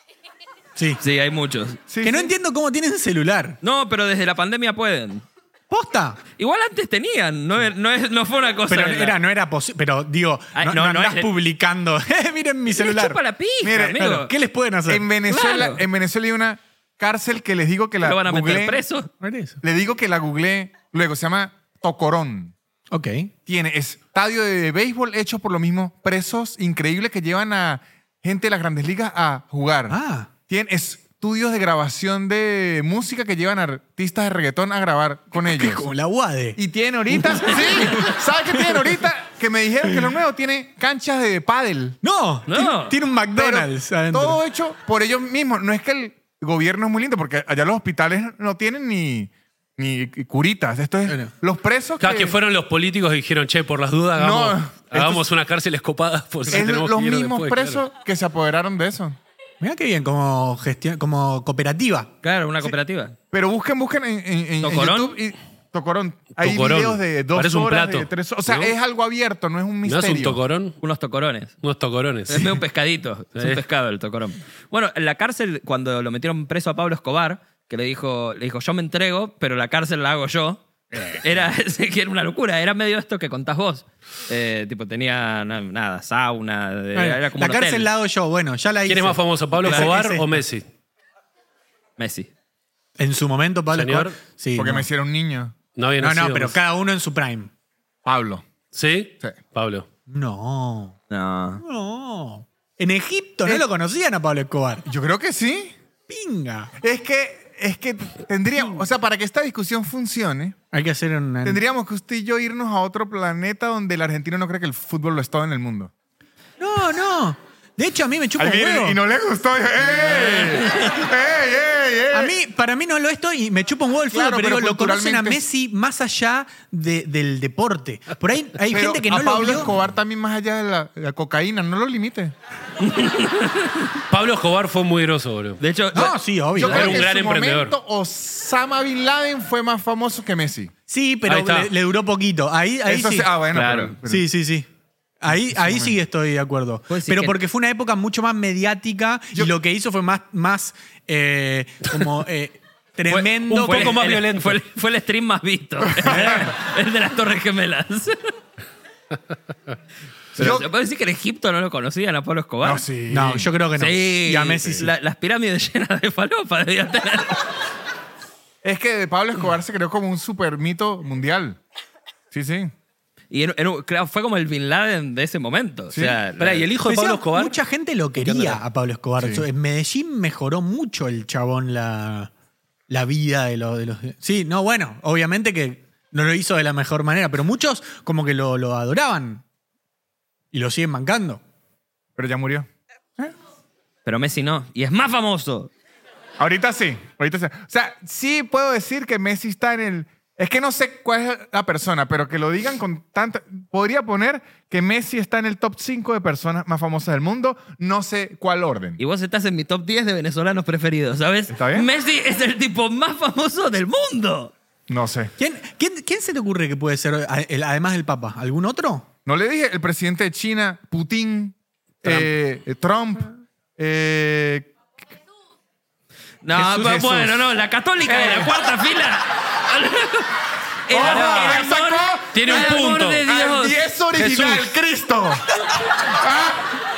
Speaker 4: Sí, hay muchos.
Speaker 3: Sí,
Speaker 1: que no
Speaker 3: sí.
Speaker 1: entiendo cómo tienen celular.
Speaker 4: No, pero desde la pandemia pueden.
Speaker 1: Posta.
Speaker 4: Igual antes tenían, no, er- no, es- no fue una cosa.
Speaker 1: Pero
Speaker 4: de la-
Speaker 1: era, no era posible. Pero digo,
Speaker 4: Ay,
Speaker 1: no,
Speaker 4: no,
Speaker 1: no
Speaker 4: no
Speaker 1: andás
Speaker 4: es-
Speaker 1: publicando. "Eh, Miren mi
Speaker 4: Le
Speaker 1: celular.
Speaker 4: chupa la pija,
Speaker 3: Mire,
Speaker 4: amigo.
Speaker 1: Claro, ¿Qué les pueden hacer?
Speaker 3: En Venezuela,
Speaker 4: Claro.
Speaker 3: en Venezuela hay una cárcel que les digo que la
Speaker 4: ¿Lo van a meter
Speaker 3: googleé.
Speaker 4: preso?
Speaker 1: No era eso.
Speaker 3: Le digo que la googleé. Luego se llama Tocorón.
Speaker 1: Ok.
Speaker 3: tiene estadio de béisbol hecho por los mismos presos increíbles que llevan a gente de las grandes ligas a jugar.
Speaker 1: Ah.
Speaker 3: Tiene estudios de grabación de música que llevan a artistas de reggaetón a grabar con ellos.
Speaker 1: Como la UADE.
Speaker 3: Y tiene ahorita, sí, ¿sabes qué tiene ahorita? Que me dijeron que lo nuevo tiene canchas de pádel.
Speaker 1: No,
Speaker 4: No.
Speaker 1: Tiene, tiene un
Speaker 3: Pero
Speaker 1: McDonald's adentro.
Speaker 3: Todo hecho por ellos mismos. No es que el gobierno es muy lindo, porque allá los hospitales no tienen ni, ni curitas. Esto es
Speaker 1: Bueno.
Speaker 3: los presos
Speaker 2: Cada que fueron los políticos y dijeron, che, por las dudas
Speaker 3: No,
Speaker 2: hagamos,
Speaker 3: entonces-
Speaker 2: hagamos unas cárceles copadas por si
Speaker 3: es
Speaker 2: tenemos
Speaker 3: los
Speaker 2: que ir
Speaker 3: mismos
Speaker 2: después,
Speaker 3: presos
Speaker 2: claro.
Speaker 3: que se apoderaron de eso.
Speaker 1: Mirá qué bien, como gestión, como cooperativa.
Speaker 4: Claro, una cooperativa.
Speaker 3: Pero busquen, busquen en, en- en- en
Speaker 4: ¿Tocorón?
Speaker 3: YouTube y Tocorón. Hay
Speaker 2: Tocorón.
Speaker 3: videos de dos
Speaker 2: Parece un
Speaker 3: horas,
Speaker 2: plato,
Speaker 3: de tres horas. O sea,
Speaker 2: ¿no?
Speaker 3: es algo abierto, no es un
Speaker 2: ¿No
Speaker 3: misterio.
Speaker 2: es un tocorón?
Speaker 4: Unos tocorones.
Speaker 2: Unos tocorones.
Speaker 4: Es medio un pescadito. Es un pescado el tocorón. Bueno, en la cárcel, cuando lo metieron preso a Pablo Escobar, que le dijo, le dijo, yo me entrego, pero la cárcel la hago yo.
Speaker 1: Eh.
Speaker 4: Era, que era una locura, era medio esto que contás vos. Eh, tipo, tenía na- nada, sauna, de-
Speaker 1: Bueno,
Speaker 4: era
Speaker 1: la
Speaker 4: como un
Speaker 1: cárcel
Speaker 4: hotel.
Speaker 1: la hago yo, bueno, ya la hice.
Speaker 2: ¿Quién es más famoso, Pablo
Speaker 1: Ese-
Speaker 2: Escobar
Speaker 1: ese-
Speaker 2: o Messi?
Speaker 4: Messi.
Speaker 1: En su momento, Pablo
Speaker 2: Señor.
Speaker 1: Escobar. Sí,
Speaker 3: Porque
Speaker 1: no.
Speaker 3: me hicieron pues. un niño.
Speaker 2: No había
Speaker 1: No,
Speaker 2: nacido
Speaker 1: no, pero
Speaker 2: Messi.
Speaker 1: cada uno en su prime.
Speaker 3: Pablo.
Speaker 2: ¿Sí?
Speaker 3: Sí.
Speaker 2: Pablo.
Speaker 1: No.
Speaker 4: No.
Speaker 1: No. En Egipto
Speaker 3: Eh.
Speaker 1: no lo conocían a Pablo Escobar.
Speaker 3: Yo creo que sí.
Speaker 1: Pinga.
Speaker 3: Es que, es que tendría, o sea, para que esta discusión funcione,
Speaker 1: Hay que hacer una.
Speaker 3: tendríamos que usted y yo irnos a otro planeta donde el argentino no cree que el fútbol lo es todo en el mundo.
Speaker 1: No, no. De hecho, a mí me chupa
Speaker 3: Ahí
Speaker 1: un
Speaker 3: viene,
Speaker 1: huevo.
Speaker 3: y no le gustó. ¡Ey! ¡Ey, ey, ey!
Speaker 1: A mí, para mí no lo estoy y me chupa un huevo el fútbol,
Speaker 3: Claro,
Speaker 1: pero,
Speaker 3: pero
Speaker 1: digo, lo conocen a
Speaker 3: culturalmente es-
Speaker 1: Messi más allá de- del deporte. Por ahí hay
Speaker 3: Pero
Speaker 1: gente que no
Speaker 3: a
Speaker 1: lo
Speaker 3: Pablo
Speaker 1: vio.
Speaker 3: Escobar también más allá de la, la cocaína, no lo limite.
Speaker 2: Pablo Escobar fue muy groso, boludo.
Speaker 4: De hecho,
Speaker 1: No,
Speaker 4: la-
Speaker 1: sí, obvio.
Speaker 3: Yo
Speaker 2: Pues Era
Speaker 3: creo
Speaker 2: un
Speaker 3: que
Speaker 2: gran
Speaker 3: en su
Speaker 2: emprendedor.
Speaker 3: momento Osama Bin Laden fue más famoso que Messi.
Speaker 1: Sí,
Speaker 2: Ahí
Speaker 1: pero
Speaker 2: está.
Speaker 1: le, le duró poquito. Ahí, ahí
Speaker 3: Eso
Speaker 1: sí.
Speaker 3: sí- Ah, bueno,
Speaker 4: Claro.
Speaker 3: pero- pero-
Speaker 1: sí, sí, sí. Ahí, ahí sí estoy de acuerdo.
Speaker 4: Pues sí
Speaker 1: Pero
Speaker 4: que-
Speaker 1: porque fue una época mucho más mediática
Speaker 3: Yo-
Speaker 1: y lo que hizo fue más, más eh, como eh,
Speaker 2: Fue
Speaker 1: tremendo.
Speaker 2: un poco
Speaker 1: como-
Speaker 2: más
Speaker 4: el-
Speaker 2: violento.
Speaker 4: Fue el, fue el stream más visto. el de las Torres Gemelas.
Speaker 3: Yo-
Speaker 4: Pero, ¿Se puede decir que en Egipto no lo conocían a Pablo Escobar?
Speaker 3: No, sí.
Speaker 1: No, yo creo que no.
Speaker 4: Sí,
Speaker 1: y a Messi. sí.
Speaker 4: la- las pirámides llenas de falopa debían tener.
Speaker 3: Es que de Pablo Escobar se creó como un super mito mundial. Sí, sí.
Speaker 4: Y era- era un- claro, fue como el Bin Laden de ese momento.
Speaker 3: Sí.
Speaker 4: O sea,
Speaker 2: Pará,
Speaker 4: la-
Speaker 2: ¿y el hijo de
Speaker 1: Decía,
Speaker 2: Pablo Escobar?
Speaker 1: Mucha gente lo quería
Speaker 2: Encantará.
Speaker 1: a Pablo Escobar.
Speaker 3: Sí.
Speaker 1: En Medellín mejoró mucho el chabón la, la vida de los, de los. Sí, no, bueno, obviamente que no lo hizo de la mejor manera, pero muchos como que lo, lo adoraban y lo siguen mancando.
Speaker 3: Pero ya murió.
Speaker 4: Pero Messi no. Y es más famoso.
Speaker 3: Ahorita sí. Ahorita sí. O sea, sí puedo decir que Messi está en el. Es que no sé cuál es la persona, pero que lo digan con tanta. Podría poner que Messi está en el top 5 de personas más famosas del mundo. No sé cuál orden.
Speaker 4: Y vos estás en mi top 10 de venezolanos preferidos, ¿sabes?
Speaker 3: ¿Está bien?
Speaker 4: Messi es el tipo más famoso del mundo.
Speaker 3: No sé.
Speaker 1: ¿Quién, quién, quién se te ocurre que puede ser, a- el- además del Papa? ¿Algún otro?
Speaker 3: No le dije el presidente de China, Putin, eh, eh, Trump. eh,
Speaker 4: No,
Speaker 3: Jesús,
Speaker 4: pues,
Speaker 3: Jesús.
Speaker 4: bueno, no, la católica de la
Speaker 3: Eh.
Speaker 4: cuarta fila. El
Speaker 3: Oh,
Speaker 4: amor, el
Speaker 3: ahí
Speaker 4: amor-
Speaker 3: sacó
Speaker 2: Tiene un
Speaker 4: el amor
Speaker 2: punto.
Speaker 4: de
Speaker 3: al
Speaker 4: Dios.
Speaker 3: 10 original,
Speaker 2: Jesús.
Speaker 3: Cristo. Ah,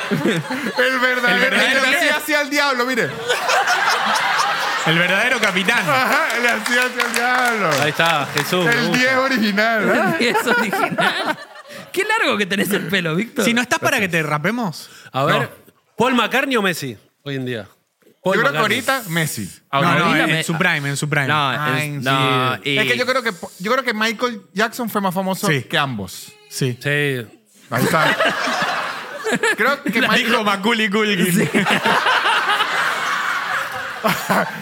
Speaker 3: el verdadero. El
Speaker 2: verdadero
Speaker 3: que le hacía así al diablo, mire.
Speaker 1: El verdadero capitán.
Speaker 3: Ajá, le hacía así al diablo.
Speaker 2: Ahí está, Jesús. me
Speaker 3: El
Speaker 2: gusta.
Speaker 3: 10 original. ¿ah?
Speaker 4: El 10 original. Qué largo que tenés el pelo, Víctor.
Speaker 1: Si no estás para que te rapemos.
Speaker 2: A ver, ¿Paul McCartney o Messi hoy en día? Paul
Speaker 3: Yo creo que
Speaker 2: McCartney.
Speaker 3: ahorita Messi.
Speaker 1: No,
Speaker 4: Ahora,
Speaker 1: no,
Speaker 4: ahorita
Speaker 1: en
Speaker 4: me-
Speaker 1: su prime, en su prime.
Speaker 4: No, es-
Speaker 3: Ay,
Speaker 4: no, y-
Speaker 3: Es que yo creo que yo creo que Michael Jackson fue más famoso
Speaker 1: Sí.
Speaker 3: que ambos.
Speaker 1: Sí.
Speaker 2: Sí.
Speaker 3: Ahí está. creo que Michael,
Speaker 1: Dijo Maculi Culkin.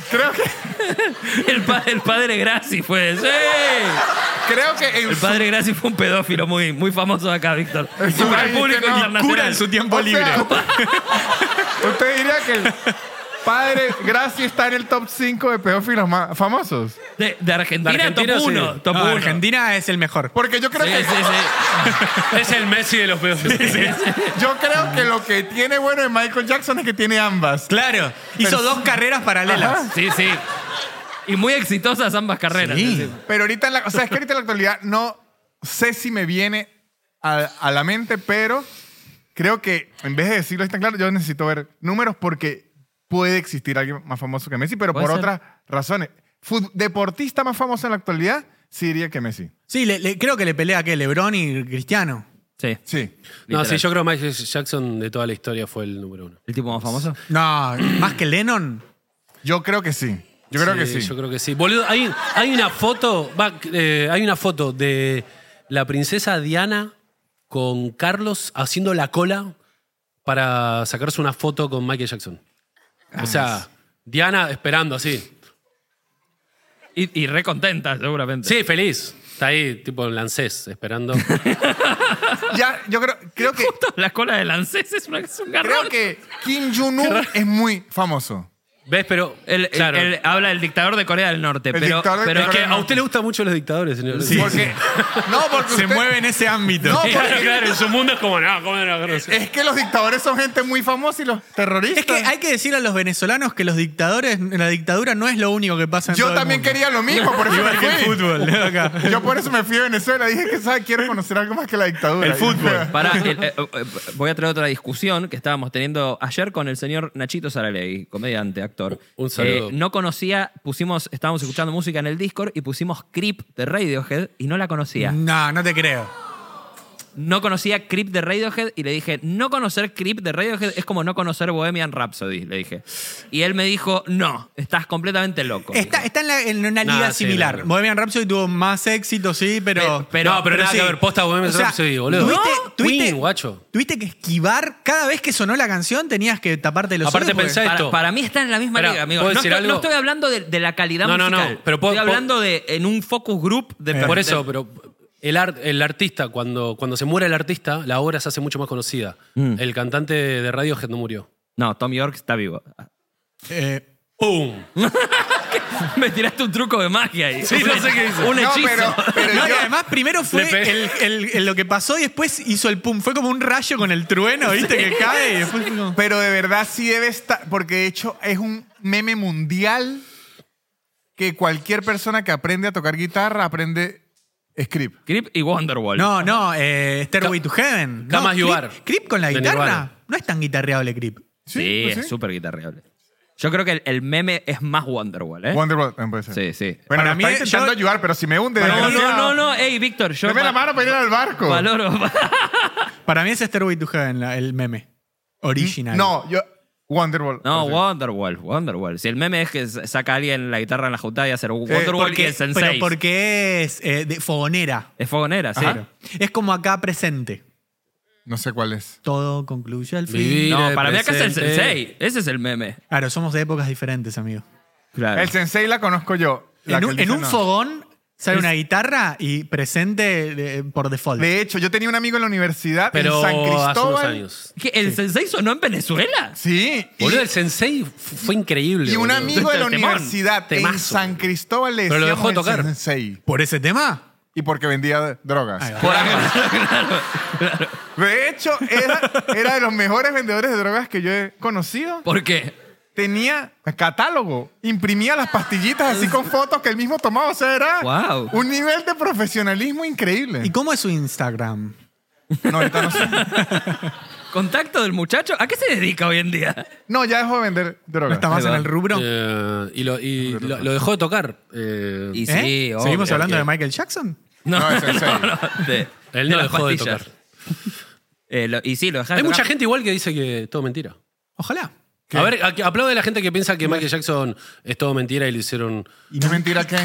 Speaker 3: creo que
Speaker 4: El, pa- el padre Graci fue. ¡Sí!
Speaker 3: creo que en
Speaker 4: El
Speaker 3: su-
Speaker 4: padre Graci fue un pedófilo muy, muy famoso acá, Víctor.
Speaker 3: El
Speaker 4: Y para el
Speaker 3: cura,
Speaker 4: público
Speaker 3: ¿viste? No,
Speaker 4: internacional.
Speaker 1: Cura en su tiempo
Speaker 3: o
Speaker 1: libre.
Speaker 3: sea, usted diría que el padre Graci está en el top 5 de pedófilos más famosos.
Speaker 4: De, de Argentina,
Speaker 2: De Argentina,
Speaker 4: top
Speaker 2: sí.
Speaker 4: 1. Top
Speaker 1: No,
Speaker 4: 1.
Speaker 1: Argentina es el mejor.
Speaker 3: Porque yo creo
Speaker 4: Sí,
Speaker 3: que
Speaker 4: sí, sí.
Speaker 2: Es el Messi de los pedófilos.
Speaker 3: yo creo que lo que tiene bueno de Michael Jackson es que tiene ambas.
Speaker 1: Claro, hizo dos carreras paralelas.
Speaker 4: Sí, sí. Y muy exitosas ambas carreras.
Speaker 1: Sí.
Speaker 4: es decir.
Speaker 3: Pero ahorita, en la, o sea, es que ahorita en la actualidad no sé si me viene a, a la mente, pero creo que en vez de decirlo así tan claro, yo necesito ver números porque puede existir alguien más famoso que Messi, pero
Speaker 4: Puede
Speaker 3: por
Speaker 4: ser.
Speaker 3: otras razones. Fut- deportista más famoso en la actualidad, sí diría que Messi.
Speaker 1: Sí, le- le- creo que le pelea que Lebron y Cristiano.
Speaker 4: Sí.
Speaker 3: Sí.
Speaker 2: No,
Speaker 4: Literal.
Speaker 2: sí, yo creo que Michael Jackson de toda la historia fue el número uno.
Speaker 4: ¿El tipo más famoso?
Speaker 1: No, más que Lennon.
Speaker 3: Yo creo que sí. Yo creo que sí.
Speaker 2: Yo creo que sí. Boludo, hay, hay una foto, va, eh, hay una foto de la princesa Diana con Carlos haciendo la cola para sacarse una foto con Michael Jackson. O sea, Diana esperando así.
Speaker 4: Y, y re contenta, seguramente.
Speaker 2: Sí, feliz. Está ahí, tipo en Lancés, esperando.
Speaker 3: Ya, yo creo, creo que
Speaker 4: La cola de Lancés es, una- es un garrón.
Speaker 3: creo que Kim Jong-un es muy famoso.
Speaker 2: ¿Ves? Pero.
Speaker 4: El- el-
Speaker 2: claro.
Speaker 4: el- habla el dictador de Corea del Norte,
Speaker 3: El
Speaker 4: pero,
Speaker 3: dictador de
Speaker 4: pero
Speaker 2: es que
Speaker 3: Corea-
Speaker 2: a usted le gustan mucho los dictadores, señor.
Speaker 1: Sí.
Speaker 3: Porque, no, porque
Speaker 1: Se
Speaker 3: usted-
Speaker 1: mueve en ese ámbito.
Speaker 3: No, porque-
Speaker 2: Claro, claro, en su mundo es como, no, ¿cómo no? no sé".
Speaker 3: Es que los dictadores son gente muy famosa y los terroristas.
Speaker 1: Es que hay que decir a los venezolanos que los dictadores, la dictadura no es lo único que pasa en todo
Speaker 3: Yo
Speaker 1: el
Speaker 3: también
Speaker 1: mundo.
Speaker 3: quería lo mismo, por eso
Speaker 1: Igual que
Speaker 3: me
Speaker 1: el
Speaker 3: fui.
Speaker 1: fútbol, ¿no? Acá.
Speaker 3: Yo por eso me fui a Venezuela. Dije que, ¿sabes? Quiero conocer algo más que la dictadura.
Speaker 1: El fútbol.
Speaker 4: Pará, el- eh, eh, voy a traer otra discusión que estábamos teniendo ayer con el señor Nachito Saralegui, comediante, actor. Eh,
Speaker 2: Un saludo.
Speaker 4: no conocía, pusimos, estábamos escuchando música en el Discord y pusimos Creep de Radiohead y no la conocía.
Speaker 1: No, no te creo.
Speaker 4: No conocía Creep de Radiohead y le dije, no conocer Creep de Radiohead es como no conocer Bohemian Rhapsody, le dije. Y él me dijo, no, estás completamente loco.
Speaker 1: Está, está en, la- en una
Speaker 2: Nah,
Speaker 1: liga
Speaker 2: sí,
Speaker 1: similar.
Speaker 2: no, no.
Speaker 1: Bohemian Rhapsody tuvo más éxito, sí, pero.
Speaker 4: Pe- pero-
Speaker 2: no, pero,
Speaker 4: pero
Speaker 2: nada
Speaker 1: sí.
Speaker 2: que ver, posta Bohemian
Speaker 1: O sea,
Speaker 2: Rhapsody, boludo.
Speaker 1: Tuviste,
Speaker 2: ¿No?
Speaker 1: tuviste-
Speaker 2: Queen, guacho.
Speaker 1: tuviste que esquivar. Cada vez que sonó la canción tenías que taparte los
Speaker 2: Aparte
Speaker 1: oídos porque-
Speaker 2: pensá
Speaker 4: Para,
Speaker 2: esto.
Speaker 4: para mí está en la misma
Speaker 2: Espera,
Speaker 4: liga, amigo.
Speaker 2: ¿puedo
Speaker 4: No
Speaker 2: decir
Speaker 4: estoy,
Speaker 2: algo?
Speaker 4: no estoy hablando de, de la calidad
Speaker 2: No, no,
Speaker 4: musical.
Speaker 2: no, pero puedo-
Speaker 4: estoy
Speaker 2: puedo- Eh,
Speaker 4: hablando de en un focus group de
Speaker 2: Por
Speaker 4: de-
Speaker 2: eso, pero el, ar- el artista, cuando, cuando se muere el artista, la obra se hace mucho más conocida.
Speaker 4: Mm.
Speaker 2: El cantante de Radiohead no murió.
Speaker 4: No, Tom York está vivo.
Speaker 1: Eh,
Speaker 2: ¡Pum!
Speaker 4: Me tiraste un truco de magia ahí.
Speaker 2: Sí, no sé qué hice.
Speaker 4: Un
Speaker 3: No,
Speaker 4: hechizo.
Speaker 3: pero, pero
Speaker 1: no, y
Speaker 3: yo-
Speaker 1: además primero fue
Speaker 2: Le pe-
Speaker 1: el, el- el- lo que pasó y después hizo el pum. Fue como un rayo con el trueno, ¿viste? Que cae y después fue como-
Speaker 3: Pero de verdad sí debe estar, porque de hecho es un meme mundial que cualquier persona que aprende a tocar guitarra aprende script.
Speaker 4: Creep y Wonderwall.
Speaker 1: No, no, eh, Stairway to
Speaker 2: Ca-
Speaker 1: Heaven. No,
Speaker 2: Camas You
Speaker 1: Creep-
Speaker 2: Are,
Speaker 1: Creep con la
Speaker 2: de
Speaker 1: guitarra.
Speaker 2: Nirvana.
Speaker 1: No es tan guitarreable Creep.
Speaker 4: sí,
Speaker 3: Sí, pues
Speaker 4: es
Speaker 3: sí.
Speaker 4: súper guitarreable. Yo creo que el, el meme es más Wonderwall, ¿eh?
Speaker 3: Wonderwall, no puede ser.
Speaker 4: Sí, sí.
Speaker 3: Bueno,
Speaker 1: Para
Speaker 3: me
Speaker 1: mí,
Speaker 3: está intentando
Speaker 1: yo-
Speaker 3: ayudar, pero si me hunde,
Speaker 4: No,
Speaker 3: desgraciado.
Speaker 4: no, no, no. Ey, Víctor, yo.
Speaker 3: Deme la
Speaker 4: va-
Speaker 3: mano para ir al barco.
Speaker 4: Valoro.
Speaker 1: Para mí es Stairway to Heaven la- el meme. Original.
Speaker 3: Mm, No, yo. Wonderwall.
Speaker 4: No,
Speaker 3: Sí.
Speaker 4: Wonderwall, Wonderwall. Si el meme es que saca a alguien la guitarra en la juntada y hacer Wonderwall y
Speaker 1: Porque,
Speaker 4: el sensei.
Speaker 1: pero porque es eh, de fogonera.
Speaker 4: Es fogonera, sí.
Speaker 1: Claro. Es como acá presente.
Speaker 3: No sé cuál es.
Speaker 1: Todo concluye al fin.
Speaker 2: Viví.
Speaker 4: No,
Speaker 2: Mire,
Speaker 4: para mí acá es el
Speaker 2: presente.
Speaker 4: sensei. Ese es el meme.
Speaker 1: Claro, somos de épocas diferentes, amigo.
Speaker 4: Claro.
Speaker 3: El sensei la conozco yo. la
Speaker 1: En
Speaker 3: que
Speaker 1: un,
Speaker 3: él
Speaker 1: en
Speaker 3: dice
Speaker 1: un
Speaker 3: no.
Speaker 1: fogón sale
Speaker 4: Es-
Speaker 1: una guitarra y presente eh, por default.
Speaker 3: De hecho, yo tenía un amigo en la universidad
Speaker 2: Pero
Speaker 3: en San
Speaker 2: hace unos
Speaker 3: Cristóbal.
Speaker 2: años.
Speaker 4: ¿Qué, ¿El sensei sonó en Venezuela?
Speaker 3: Sí. y-
Speaker 2: Boludo, el sensei f- fue increíble.
Speaker 3: Y un
Speaker 2: boludo.
Speaker 3: amigo de la
Speaker 4: Temón,
Speaker 3: universidad en
Speaker 2: temazo.
Speaker 3: San Cristóbal le
Speaker 2: Pero lo
Speaker 3: decíamos
Speaker 2: dejó
Speaker 3: el
Speaker 2: tocar.
Speaker 3: Sensei.
Speaker 1: ¿Por ese tema?
Speaker 3: Y porque vendía drogas.
Speaker 1: Ahí va.
Speaker 4: Por algo.
Speaker 3: De hecho, era, era de los mejores vendedores de drogas que yo he conocido.
Speaker 4: ¿Por qué?
Speaker 3: Tenía catálogo, imprimía las pastillitas así con fotos que él mismo tomaba. O sea, era
Speaker 4: Wow.
Speaker 3: un nivel de profesionalismo increíble.
Speaker 1: ¿Y cómo es su Instagram?
Speaker 3: No, ahorita no sé.
Speaker 4: ¿Contacto del muchacho? ¿A qué se dedica hoy en día?
Speaker 3: No, ya dejó de vender
Speaker 1: ¿No
Speaker 3: drogas.
Speaker 1: está más
Speaker 4: Ahí
Speaker 1: en
Speaker 4: va.
Speaker 1: el rubro?
Speaker 2: Eh, y lo, y lo- lo dejó de tocar. Eh,
Speaker 4: Y
Speaker 1: ¿Eh?
Speaker 4: sí, obvio,
Speaker 1: ¿Seguimos hablando
Speaker 4: que-
Speaker 1: de Michael Jackson?
Speaker 4: No,
Speaker 3: No,
Speaker 4: no,
Speaker 3: es en serio.
Speaker 4: no, de-
Speaker 2: él no
Speaker 4: las
Speaker 2: dejó de
Speaker 4: pastillas.
Speaker 2: tocar.
Speaker 4: Eh, lo- y sí, lo dejaron.
Speaker 2: Hay mucha gente igual que dice que todo mentira.
Speaker 1: Ojalá.
Speaker 2: A ver, a- aplaude a la gente que piensa que Michael Jackson es todo mentira y le hicieron.
Speaker 3: ¿Y no es mentira qué?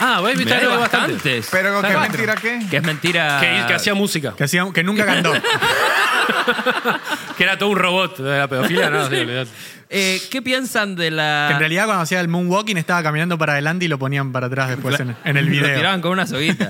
Speaker 2: Ah, ¿ves? Viste,
Speaker 4: Hay
Speaker 2: algo bastante.
Speaker 4: bastantes.
Speaker 3: ¿Pero qué
Speaker 4: Claro.
Speaker 3: mentira qué?
Speaker 4: Que es
Speaker 3: Ah.
Speaker 4: mentira.
Speaker 2: Que, que hacía música.
Speaker 1: Que, hacía- que nunca cantó.
Speaker 2: Que era todo un robot de la pedofilia, no,
Speaker 4: Sí.
Speaker 2: sí, olvidate.
Speaker 4: Eh, ¿Qué piensan de
Speaker 1: Que en
Speaker 4: la.
Speaker 1: realidad cuando hacía el moonwalking estaba caminando para adelante y lo ponían para atrás después en, en el
Speaker 4: Lo
Speaker 1: video.
Speaker 4: tiraban con una soguita.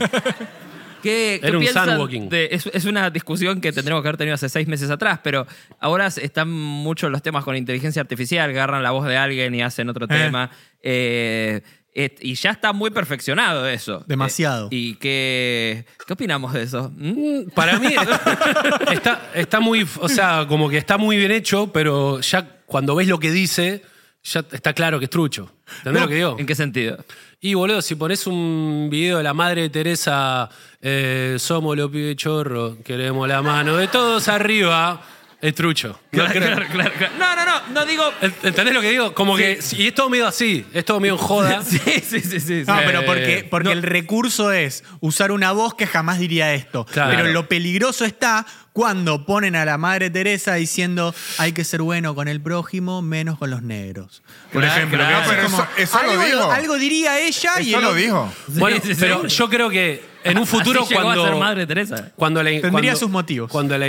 Speaker 4: ¿Qué, qué
Speaker 2: Era un
Speaker 4: piensan
Speaker 2: sandwalking.
Speaker 4: de- es, es una discusión que tendremos que haber tenido hace seis meses atrás, pero ahora se- están muchos los temas con inteligencia artificial, agarran la voz de alguien y hacen otro tema. Eh, et- y ya está muy perfeccionado eso.
Speaker 1: Demasiado.
Speaker 4: Eh, ¿Y qué, qué opinamos de eso? ¿Mm?
Speaker 2: Para mí es- está, está muy, o sea, como que está muy bien hecho, pero ya cuando ves lo que dice, ya está claro que es trucho. ¿Entendés lo que digo?
Speaker 4: ¿En qué sentido?
Speaker 2: Y boludo, si pones un video de la madre de Teresa, eh, somos los pibes chorros, queremos la mano de todos arriba, es trucho. No
Speaker 4: Claro,
Speaker 2: creo-
Speaker 4: claro, claro, claro. No, no, no, no digo.
Speaker 2: Ent- ¿Entendés lo que digo? Como
Speaker 4: Sí.
Speaker 2: que. Y es todo medio así, es todo medio en joda.
Speaker 4: Sí, sí, sí, sí. sí.
Speaker 1: No,
Speaker 2: Eh,
Speaker 1: pero porque, porque
Speaker 2: no.
Speaker 1: el recurso es usar una voz que jamás diría esto.
Speaker 2: Claro.
Speaker 1: Pero lo peligroso está cuando ponen a la madre Teresa diciendo hay que ser bueno con el prójimo, menos con los negros. Por
Speaker 4: Claro,
Speaker 1: ejemplo.
Speaker 4: claro.
Speaker 1: que es
Speaker 4: No, pero
Speaker 1: como,
Speaker 3: eso- eso lo
Speaker 1: algo,
Speaker 3: dijo.
Speaker 1: algo diría ella y
Speaker 3: Eso
Speaker 1: el
Speaker 3: lo
Speaker 1: otro-
Speaker 3: dijo.
Speaker 2: Bueno,
Speaker 4: Sí, sí, sí.
Speaker 2: pero yo creo que en un futuro
Speaker 4: Así llegó
Speaker 2: cuando.
Speaker 4: a ser madre Teresa.
Speaker 2: Cuando la,
Speaker 1: Tendría
Speaker 2: cuando-
Speaker 1: sus motivos.
Speaker 2: Cuando la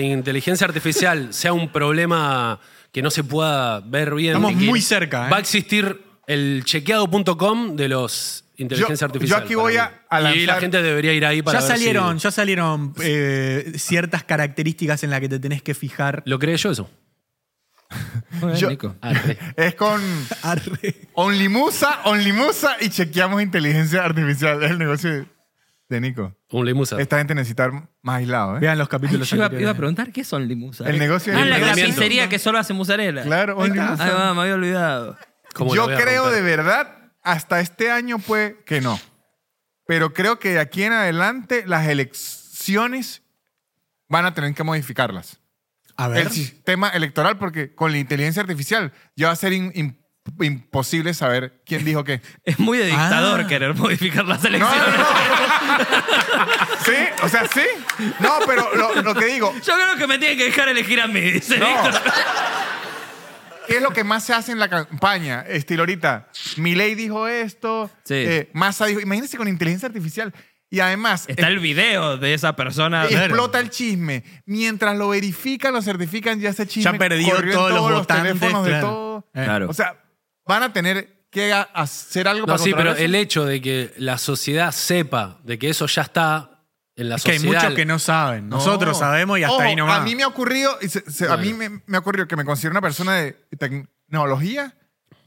Speaker 2: inteligencia artificial sea un problema que no se pueda ver bien.
Speaker 1: Estamos
Speaker 2: de que
Speaker 1: muy cerca, ¿eh?
Speaker 2: Va a existir el chequeado.com de los inteligencia
Speaker 3: Yo-
Speaker 2: artificial.
Speaker 3: yo aquí
Speaker 2: para
Speaker 3: voy
Speaker 2: mí.
Speaker 3: a- a
Speaker 2: Y la
Speaker 3: lanzar-
Speaker 2: gente debería ir ahí para
Speaker 1: Ya
Speaker 2: ver
Speaker 1: salieron,
Speaker 2: si-
Speaker 1: ya salieron eh, ciertas características en las que te tenés que fijar.
Speaker 2: ¿Lo crees yo eso?
Speaker 4: Muy bien,
Speaker 3: Yo-
Speaker 4: Nico.
Speaker 2: Arre.
Speaker 3: Es con
Speaker 1: Arre.
Speaker 3: OnlyMusa, OnlyMusa y chequeamos inteligencia artificial. Es el negocio de Nico.
Speaker 2: Un limusa.
Speaker 1: Este,
Speaker 3: Esta gente necesita estar más aislado, ¿eh?
Speaker 1: Vean los
Speaker 4: Ay,
Speaker 1: capítulos
Speaker 4: yo iba,
Speaker 1: anteriores.
Speaker 4: iba a preguntar qué son limusas.
Speaker 3: El negocio
Speaker 4: Ah,
Speaker 3: del
Speaker 4: la
Speaker 2: emprendimiento.
Speaker 4: carnicería que solo hace mozzarella.
Speaker 3: Claro, OnlyMusa.
Speaker 4: Ay, mamá, me había olvidado.
Speaker 2: ¿Cómo lo
Speaker 3: Yo
Speaker 2: voy a
Speaker 3: creo de
Speaker 2: romper?
Speaker 3: verdad, hasta este año puede que no. Pero creo que de aquí en adelante las elecciones van a tener que modificarlas.
Speaker 1: A
Speaker 3: El
Speaker 1: ver.
Speaker 3: sistema electoral, porque con la inteligencia artificial ya va a ser in- in- imposible saber quién dijo qué.
Speaker 4: Es muy de dictador
Speaker 1: Ah.
Speaker 4: querer modificar las
Speaker 3: No,
Speaker 4: elecciones.
Speaker 3: no, no. Sí, o sea, sí. No, pero lo, lo que digo,
Speaker 4: Yo creo que me tienen que dejar elegir a mí, dice
Speaker 3: No.
Speaker 4: Nico.
Speaker 3: ¿Qué es lo que más se hace en la campaña? Estilo ahorita, Milei dijo esto,
Speaker 4: Sí.
Speaker 3: eh, Massa dijo... Imagínense con inteligencia artificial. Y además,
Speaker 4: Está el video de esa persona.
Speaker 3: eh, explota el chisme. Mientras lo verifican, lo certifican, ya ese chisme
Speaker 1: Ya perdió
Speaker 3: corrió en
Speaker 1: todos los votantes,
Speaker 3: teléfonos de
Speaker 1: claro.
Speaker 3: todo.
Speaker 1: Eh.
Speaker 4: Claro.
Speaker 3: O sea, van a tener que a- hacer algo
Speaker 2: No,
Speaker 3: para
Speaker 2: sí, pero
Speaker 3: controlar eso.
Speaker 2: el hecho de que la sociedad sepa de que eso ya está en la
Speaker 1: Es que hay
Speaker 2: sociedad.
Speaker 1: muchos que no saben.
Speaker 3: No.
Speaker 1: Nosotros sabemos y hasta
Speaker 3: Ojo,
Speaker 1: ahí nomás.
Speaker 3: A mí me ha ocurrido, y se- se- a
Speaker 2: Claro.
Speaker 3: mí me, me ha ocurrido que me considero una persona de tecnología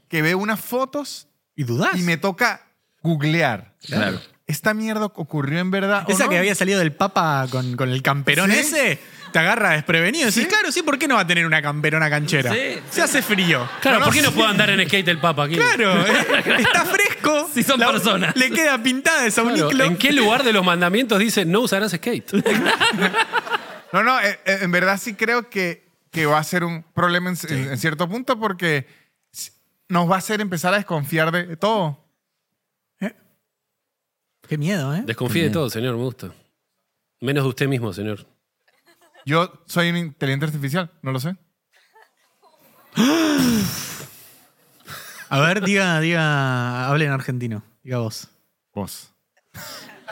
Speaker 3: que ve unas fotos
Speaker 1: ¿Y dudás?
Speaker 3: y me toca googlear.
Speaker 4: Claro.
Speaker 3: ¿Esta mierda ocurrió en verdad? o
Speaker 1: Esa
Speaker 3: no?
Speaker 1: que había salido del Papa con, con el camperón
Speaker 3: ¿Sí?
Speaker 1: ese, te agarra desprevenido. Sí,
Speaker 3: ¿Sí?
Speaker 1: claro, sí, ¿por qué no va a tener una camperona canchera?
Speaker 4: Sí.
Speaker 1: Se hace frío.
Speaker 2: Claro,
Speaker 1: No,
Speaker 2: ¿por qué no
Speaker 1: sí.
Speaker 2: puede andar en skate el Papa aquí?
Speaker 1: Claro, eh, está fresco.
Speaker 4: Si son personas.
Speaker 1: Le queda pintada esa
Speaker 2: Claro,
Speaker 1: uniclo.
Speaker 2: ¿En qué lugar de los mandamientos dice no usarás skate?
Speaker 3: No, no, eh, eh, en verdad sí creo que, que va a ser un problema en, en- en cierto punto porque s- nos va a hacer empezar a desconfiar de todo.
Speaker 1: Qué miedo, ¿eh?
Speaker 2: Desconfíe de todo, señor, me gusta. Menos de usted mismo, señor.
Speaker 3: Yo soy un inteligente artificial, no lo sé.
Speaker 1: A ver, diga, diga, hable en argentino. Diga vos.
Speaker 3: Vos.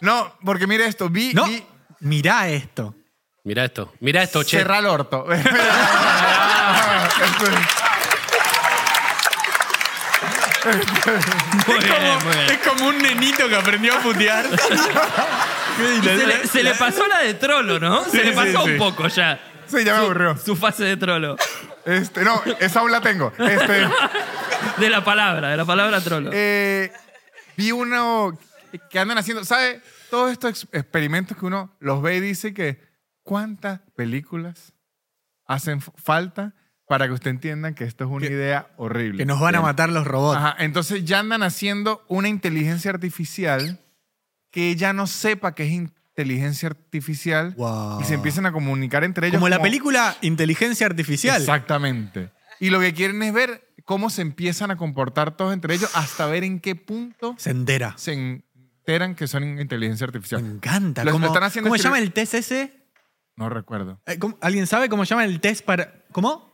Speaker 3: No, porque mire esto, vi...
Speaker 1: No,
Speaker 3: vi-
Speaker 1: mirá esto.
Speaker 2: Mirá esto, mirá esto, che.
Speaker 3: Cerra el orto.
Speaker 4: Muy bien, muy bien.
Speaker 1: Es como un nenito que aprendió a putear.
Speaker 4: Se le, se le pasó la de trolo, ¿no? se
Speaker 1: Sí,
Speaker 4: le
Speaker 1: sí,
Speaker 4: pasó
Speaker 1: sí.
Speaker 4: un poco ya.
Speaker 3: sí, ya me aburrió.
Speaker 4: Su fase de trolo.
Speaker 3: Este, no, esa aula tengo. Este,
Speaker 4: De la palabra, de la palabra trolo.
Speaker 3: Eh, vi uno que andan haciendo, ¿sabe? Todos estos ex- experimentos que uno los ve y dice que cuántas películas hacen f- falta para que usted entienda que esto es una idea horrible.
Speaker 1: Que nos van a matar los robots.
Speaker 3: Ajá, entonces ya andan haciendo una inteligencia artificial que ya no sepa que es inteligencia artificial
Speaker 1: Wow.
Speaker 3: y se empiezan a comunicar entre ellos.
Speaker 1: Como la película Inteligencia Artificial.
Speaker 3: Exactamente. Y lo que quieren es ver cómo se empiezan a comportar todos entre ellos hasta ver en qué punto
Speaker 1: Se entera.
Speaker 3: se enteran que son inteligencia artificial.
Speaker 1: Me encanta.
Speaker 3: Los que
Speaker 1: ¿Cómo,
Speaker 3: están haciendo
Speaker 1: cómo se
Speaker 3: este-
Speaker 1: llama el test ese?
Speaker 3: No recuerdo.
Speaker 1: Eh, ¿cómo- ¿Alguien sabe cómo se llama el test para. ¿Cómo?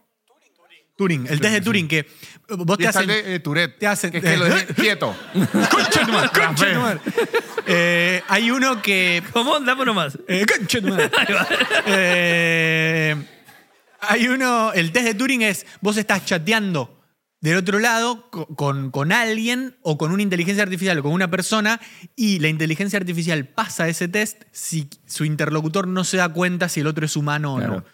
Speaker 1: Turing. El test de Turing, que eh, vos
Speaker 3: Y
Speaker 1: te
Speaker 3: está
Speaker 1: hacen.
Speaker 3: el de eh, Tourette.
Speaker 1: te hacen-
Speaker 3: Que, es que lo dejen quieto.
Speaker 1: ¡Concha tu madre, concha tu madre! Eh, hay uno que.
Speaker 4: ¿Cómo? Dame uno más.
Speaker 1: eh, ¡Concha tu madre! Eh, hay uno. El test de Turing es: vos estás chateando del otro lado co- con, con alguien o con una inteligencia artificial o con una persona y la inteligencia artificial pasa ese test si su interlocutor no se da cuenta si el otro es humano o no.
Speaker 3: Claro.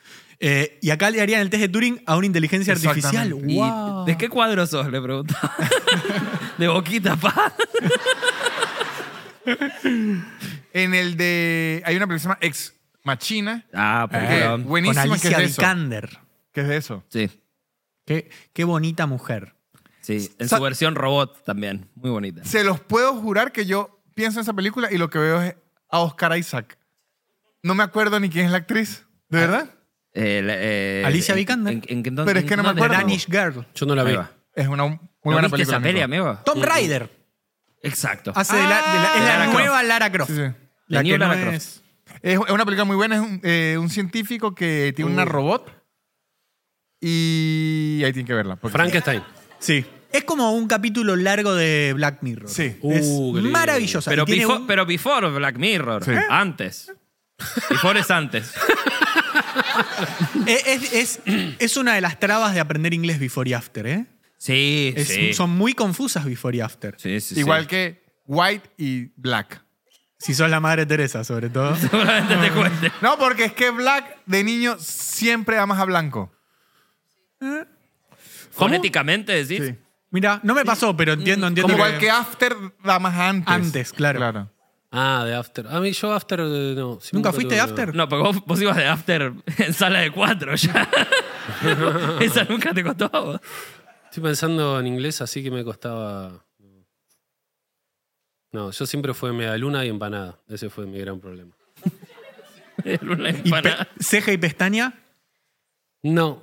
Speaker 1: Eh, y acá le harían el test de Turing a una inteligencia artificial.
Speaker 3: Exactamente.
Speaker 4: ¿Y
Speaker 1: ¡Wow!
Speaker 4: ¿De qué cuadro sos? Le preguntaba. De boquita, pa.
Speaker 3: En el de. Hay una película que se llama Ex Machina.
Speaker 4: Ah,
Speaker 3: Eh,
Speaker 4: perdón.
Speaker 1: Con
Speaker 3: buenísima, que es
Speaker 1: Alicia
Speaker 3: de eso.
Speaker 1: Vikander.
Speaker 3: Que es de eso.
Speaker 4: Sí,
Speaker 1: Qué, qué bonita mujer.
Speaker 4: sí. En
Speaker 3: Sa-
Speaker 4: su versión robot también. Muy bonita.
Speaker 3: Se los puedo jurar que yo pienso en esa película y lo que veo es a Oscar Isaac. No me acuerdo ni quién es la actriz.
Speaker 1: Ah.
Speaker 3: ¿De verdad?
Speaker 4: Eh, la- eh,
Speaker 1: Alicia
Speaker 4: en-
Speaker 1: Vikander.
Speaker 4: en- en- en-
Speaker 3: Pero es que no me
Speaker 4: ¿dónde
Speaker 1: The
Speaker 3: acuerdo.
Speaker 4: era?
Speaker 1: Danish Girl.
Speaker 2: Yo no la
Speaker 4: Ahí
Speaker 2: vi.
Speaker 4: va.
Speaker 3: Es una muy
Speaker 4: ¿No
Speaker 3: buena
Speaker 4: viste
Speaker 3: película.
Speaker 4: esa peli,
Speaker 3: Nico.
Speaker 4: amigo?
Speaker 1: Tom Ryder.
Speaker 4: Exacto.
Speaker 1: Hace de la, de la- es
Speaker 4: Ah,
Speaker 1: la
Speaker 4: Lara Croft.
Speaker 1: nueva Lara Croft.
Speaker 3: Sí, sí.
Speaker 1: La
Speaker 4: New
Speaker 1: que no
Speaker 4: Lara Croft.
Speaker 1: es-
Speaker 3: Es es una película muy buena. Es un, eh, un científico que tiene una robot. Y ahí tienen que verla. porque-
Speaker 2: Frankenstein.
Speaker 1: Sí. Es como un capítulo largo de Black Mirror.
Speaker 3: Sí.
Speaker 1: es
Speaker 2: Uh, qué lindo.
Speaker 1: maravillosa.
Speaker 4: pero,
Speaker 1: Y tiene
Speaker 4: befo-
Speaker 1: un-
Speaker 4: pero before Black Mirror.
Speaker 3: Sí.
Speaker 4: Antes. Before es antes.
Speaker 1: eh, es, es- es una de las trabas de aprender inglés before y after, ¿eh?
Speaker 4: Sí,
Speaker 1: Es-
Speaker 4: sí.
Speaker 1: Son muy confusas before y after.
Speaker 4: Sí, sí, sí.
Speaker 3: Igual que White y Black.
Speaker 1: Si sos la madre Teresa, sobre todo.
Speaker 4: Seguramente te cuente.
Speaker 3: No, porque es que Black de niño siempre amas a blanco.
Speaker 4: Fonéticamente, decís.
Speaker 3: Sí.
Speaker 1: Mira, no me pasó, pero entiendo, entiendo.
Speaker 3: Como igual que After da más antes.
Speaker 1: Antes, claro.
Speaker 2: Ah, de After. A mí yo After eh, no. sí,
Speaker 1: ¿Nunca fuiste
Speaker 2: tuve-
Speaker 1: de After?
Speaker 4: No, porque vos, vos ibas de after en sala de cuatro ya. Esa nunca te costó a vos.
Speaker 2: Estoy pensando en inglés, así que me costaba. No, yo siempre fue medialuna y empanada. Ese fue mi gran problema.
Speaker 4: Era una
Speaker 1: Y pe-
Speaker 4: empanada.
Speaker 1: ceja y pestaña,
Speaker 2: No,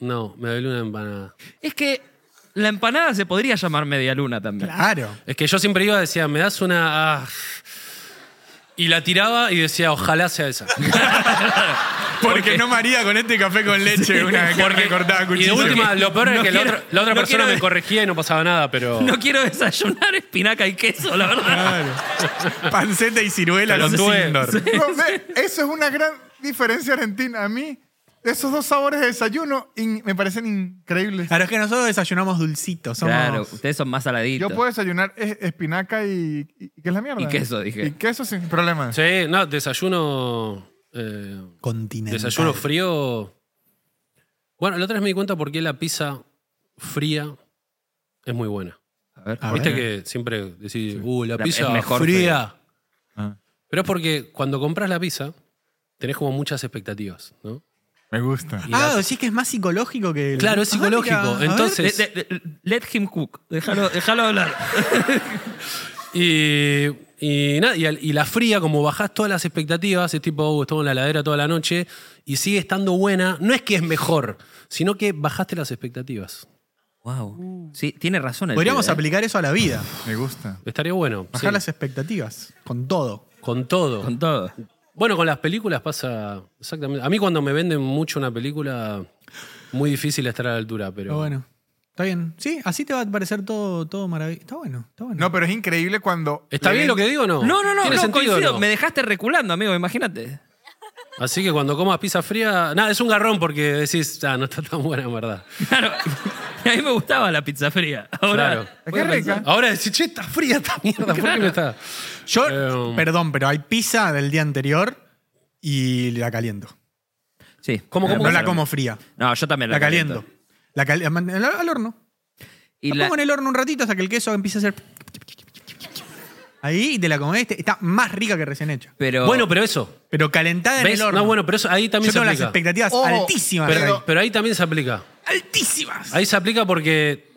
Speaker 2: no, medialuna y empanada.
Speaker 4: Es que la empanada se podría llamar media luna también.
Speaker 1: claro.
Speaker 2: Es que yo siempre iba y decía, me das una. ah". Y la tiraba y decía, ojalá sea esa.
Speaker 1: Porque, no maría con este café con leche una vez que cortada
Speaker 2: Y de última, lo peor es
Speaker 4: No
Speaker 2: que la
Speaker 4: quiero-
Speaker 2: otra, la otra
Speaker 4: no
Speaker 2: persona
Speaker 4: quiero-
Speaker 2: me corregía y no pasaba nada, pero.
Speaker 4: No quiero desayunar espinaca y queso, la verdad.
Speaker 1: Claro. Panceta y ciruela
Speaker 2: Pero
Speaker 1: con
Speaker 2: sí,
Speaker 1: Tuendor.
Speaker 2: sí.
Speaker 3: No sé, eso es una gran diferencia argentina. A mí, esos dos sabores de desayuno in- me parecen increíbles.
Speaker 1: Claro, es que nosotros desayunamos dulcitos. Somos...
Speaker 4: Claro, ustedes son más saladitos.
Speaker 3: Yo puedo desayunar es- espinaca y, y- ¿Qué es la mierda?
Speaker 4: Y queso, dije.
Speaker 3: Y queso sin problema.
Speaker 2: Sí, no, desayuno. eh,
Speaker 1: Continental.
Speaker 2: Desayuno frío. Bueno, la otra vez me di cuenta por qué la pizza fría es muy buena.
Speaker 4: A ver.
Speaker 1: A
Speaker 2: Viste
Speaker 1: ver.
Speaker 2: que siempre decís, uh, la
Speaker 4: La-
Speaker 2: pizza
Speaker 4: es mejor
Speaker 2: fría.
Speaker 3: Ah.
Speaker 2: Pero es porque cuando compras la pizza, tenés como muchas expectativas, ¿no?
Speaker 3: Me gusta.
Speaker 2: Y
Speaker 1: Ah,
Speaker 2: la-
Speaker 1: decís que es más psicológico que... el-
Speaker 2: Claro, es
Speaker 1: Ah, mira,
Speaker 2: psicológico.
Speaker 1: a ver.
Speaker 2: Entonces-
Speaker 4: Le- le- le- let him cook. Déjalo, déjalo hablar.
Speaker 2: Y, y nada, y, al- y la fría, como bajás todas las expectativas, es tipo, oh, estuvo en la ladera toda la noche y sigue estando buena. No es que es mejor, sino que bajaste las expectativas.
Speaker 4: Wow. Sí, tiene razón el
Speaker 1: Podríamos
Speaker 4: pibe, ¿eh?
Speaker 1: aplicar eso a la vida.
Speaker 3: Me gusta.
Speaker 2: Estaría bueno.
Speaker 1: Bajar
Speaker 2: sí.
Speaker 1: las expectativas. Con todo.
Speaker 2: Con todo.
Speaker 4: Con todo.
Speaker 2: Bueno, con las películas pasa exactamente. A mí cuando me venden mucho una película, muy difícil estar a la altura, pero...
Speaker 1: Pero bueno. Está bien. Sí, así te va a parecer todo, todo maravilloso. Está bueno, está bueno.
Speaker 3: No, pero es increíble cuando.
Speaker 2: ¿Está
Speaker 3: le
Speaker 2: bien
Speaker 3: ven-
Speaker 2: lo que digo o no?
Speaker 4: No, no, no,
Speaker 2: ¿Tiene
Speaker 4: no
Speaker 2: sentido o
Speaker 4: coincido.
Speaker 2: no?
Speaker 4: Me dejaste reculando, amigo, imagínate.
Speaker 2: Así que cuando comas pizza fría... Nada, es un garrón porque decís, ah, no está tan buena en verdad.
Speaker 4: Claro. A mí me gustaba la pizza fría. Ahora,
Speaker 2: Claro.
Speaker 3: Es que es rica.
Speaker 2: Ahora decís, che, está fría esta mierda, ¿por qué no está?
Speaker 1: Yo,
Speaker 2: Eh,
Speaker 1: perdón, pero hay pizza del día anterior y la caliento.
Speaker 4: Sí.
Speaker 2: ¿Cómo, cómo,
Speaker 1: No la
Speaker 2: cómo?
Speaker 1: como fría.
Speaker 4: No, yo
Speaker 2: Eh,
Speaker 4: también la,
Speaker 1: La caliento. La cal- al, al horno.
Speaker 4: Y
Speaker 1: la,
Speaker 4: la-
Speaker 1: pongo en el horno un ratito hasta que el queso empiece a hacer. Ahí y te la comés. te- Está más rica que recién hecha.
Speaker 4: Pero,
Speaker 2: Bueno, pero eso.
Speaker 1: Pero calentada en
Speaker 2: ¿Ves?
Speaker 1: el horno.
Speaker 2: No, bueno, pero eso ahí
Speaker 1: Yo
Speaker 2: también
Speaker 1: tengo
Speaker 2: se
Speaker 1: las
Speaker 2: aplica.
Speaker 1: expectativas
Speaker 3: Ojo,
Speaker 1: altísimas.
Speaker 3: pero-
Speaker 1: ahí.
Speaker 2: Pero ahí también se aplica.
Speaker 1: altísimas.
Speaker 2: Ahí se aplica porque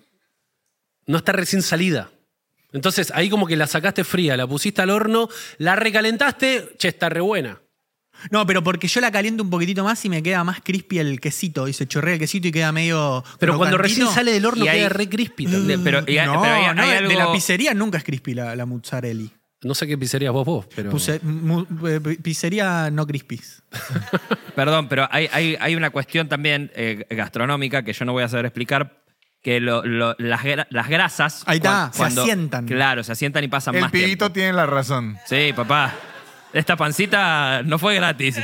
Speaker 2: no está recién salida. Entonces, ahí como que la sacaste fría, la pusiste al horno, la recalentaste, che, está re buena.
Speaker 1: No, pero porque yo la caliento un poquitito más y me queda más crispy el quesito. Y se chorrea el quesito y queda medio.
Speaker 2: Pero cuando
Speaker 1: crocantito.
Speaker 2: recién sale del horno
Speaker 4: Y ahí-
Speaker 2: queda re crispy.
Speaker 4: Mm.
Speaker 2: también.
Speaker 4: pero- y hay-
Speaker 1: no,
Speaker 4: pero hay-
Speaker 1: no,
Speaker 4: hay
Speaker 1: de- de la
Speaker 4: algo-
Speaker 1: pizzería nunca es crispy la, la mozzarella.
Speaker 2: No sé qué pizzerías vos vos, pero...
Speaker 1: Puse- mu- eh, pizzería no crispies.
Speaker 4: Perdón, pero hay, hay, hay una cuestión también eh, gastronómica que yo no voy a saber explicar, que lo- lo- las, gra- las grasas...
Speaker 1: Ahí está,
Speaker 4: cuan-
Speaker 1: se asientan.
Speaker 4: Claro, se asientan y pasan
Speaker 3: El
Speaker 4: más
Speaker 3: pibito
Speaker 4: tiempo.
Speaker 3: tiene la razón.
Speaker 4: Sí, papá. Esta pancita no fue gratis.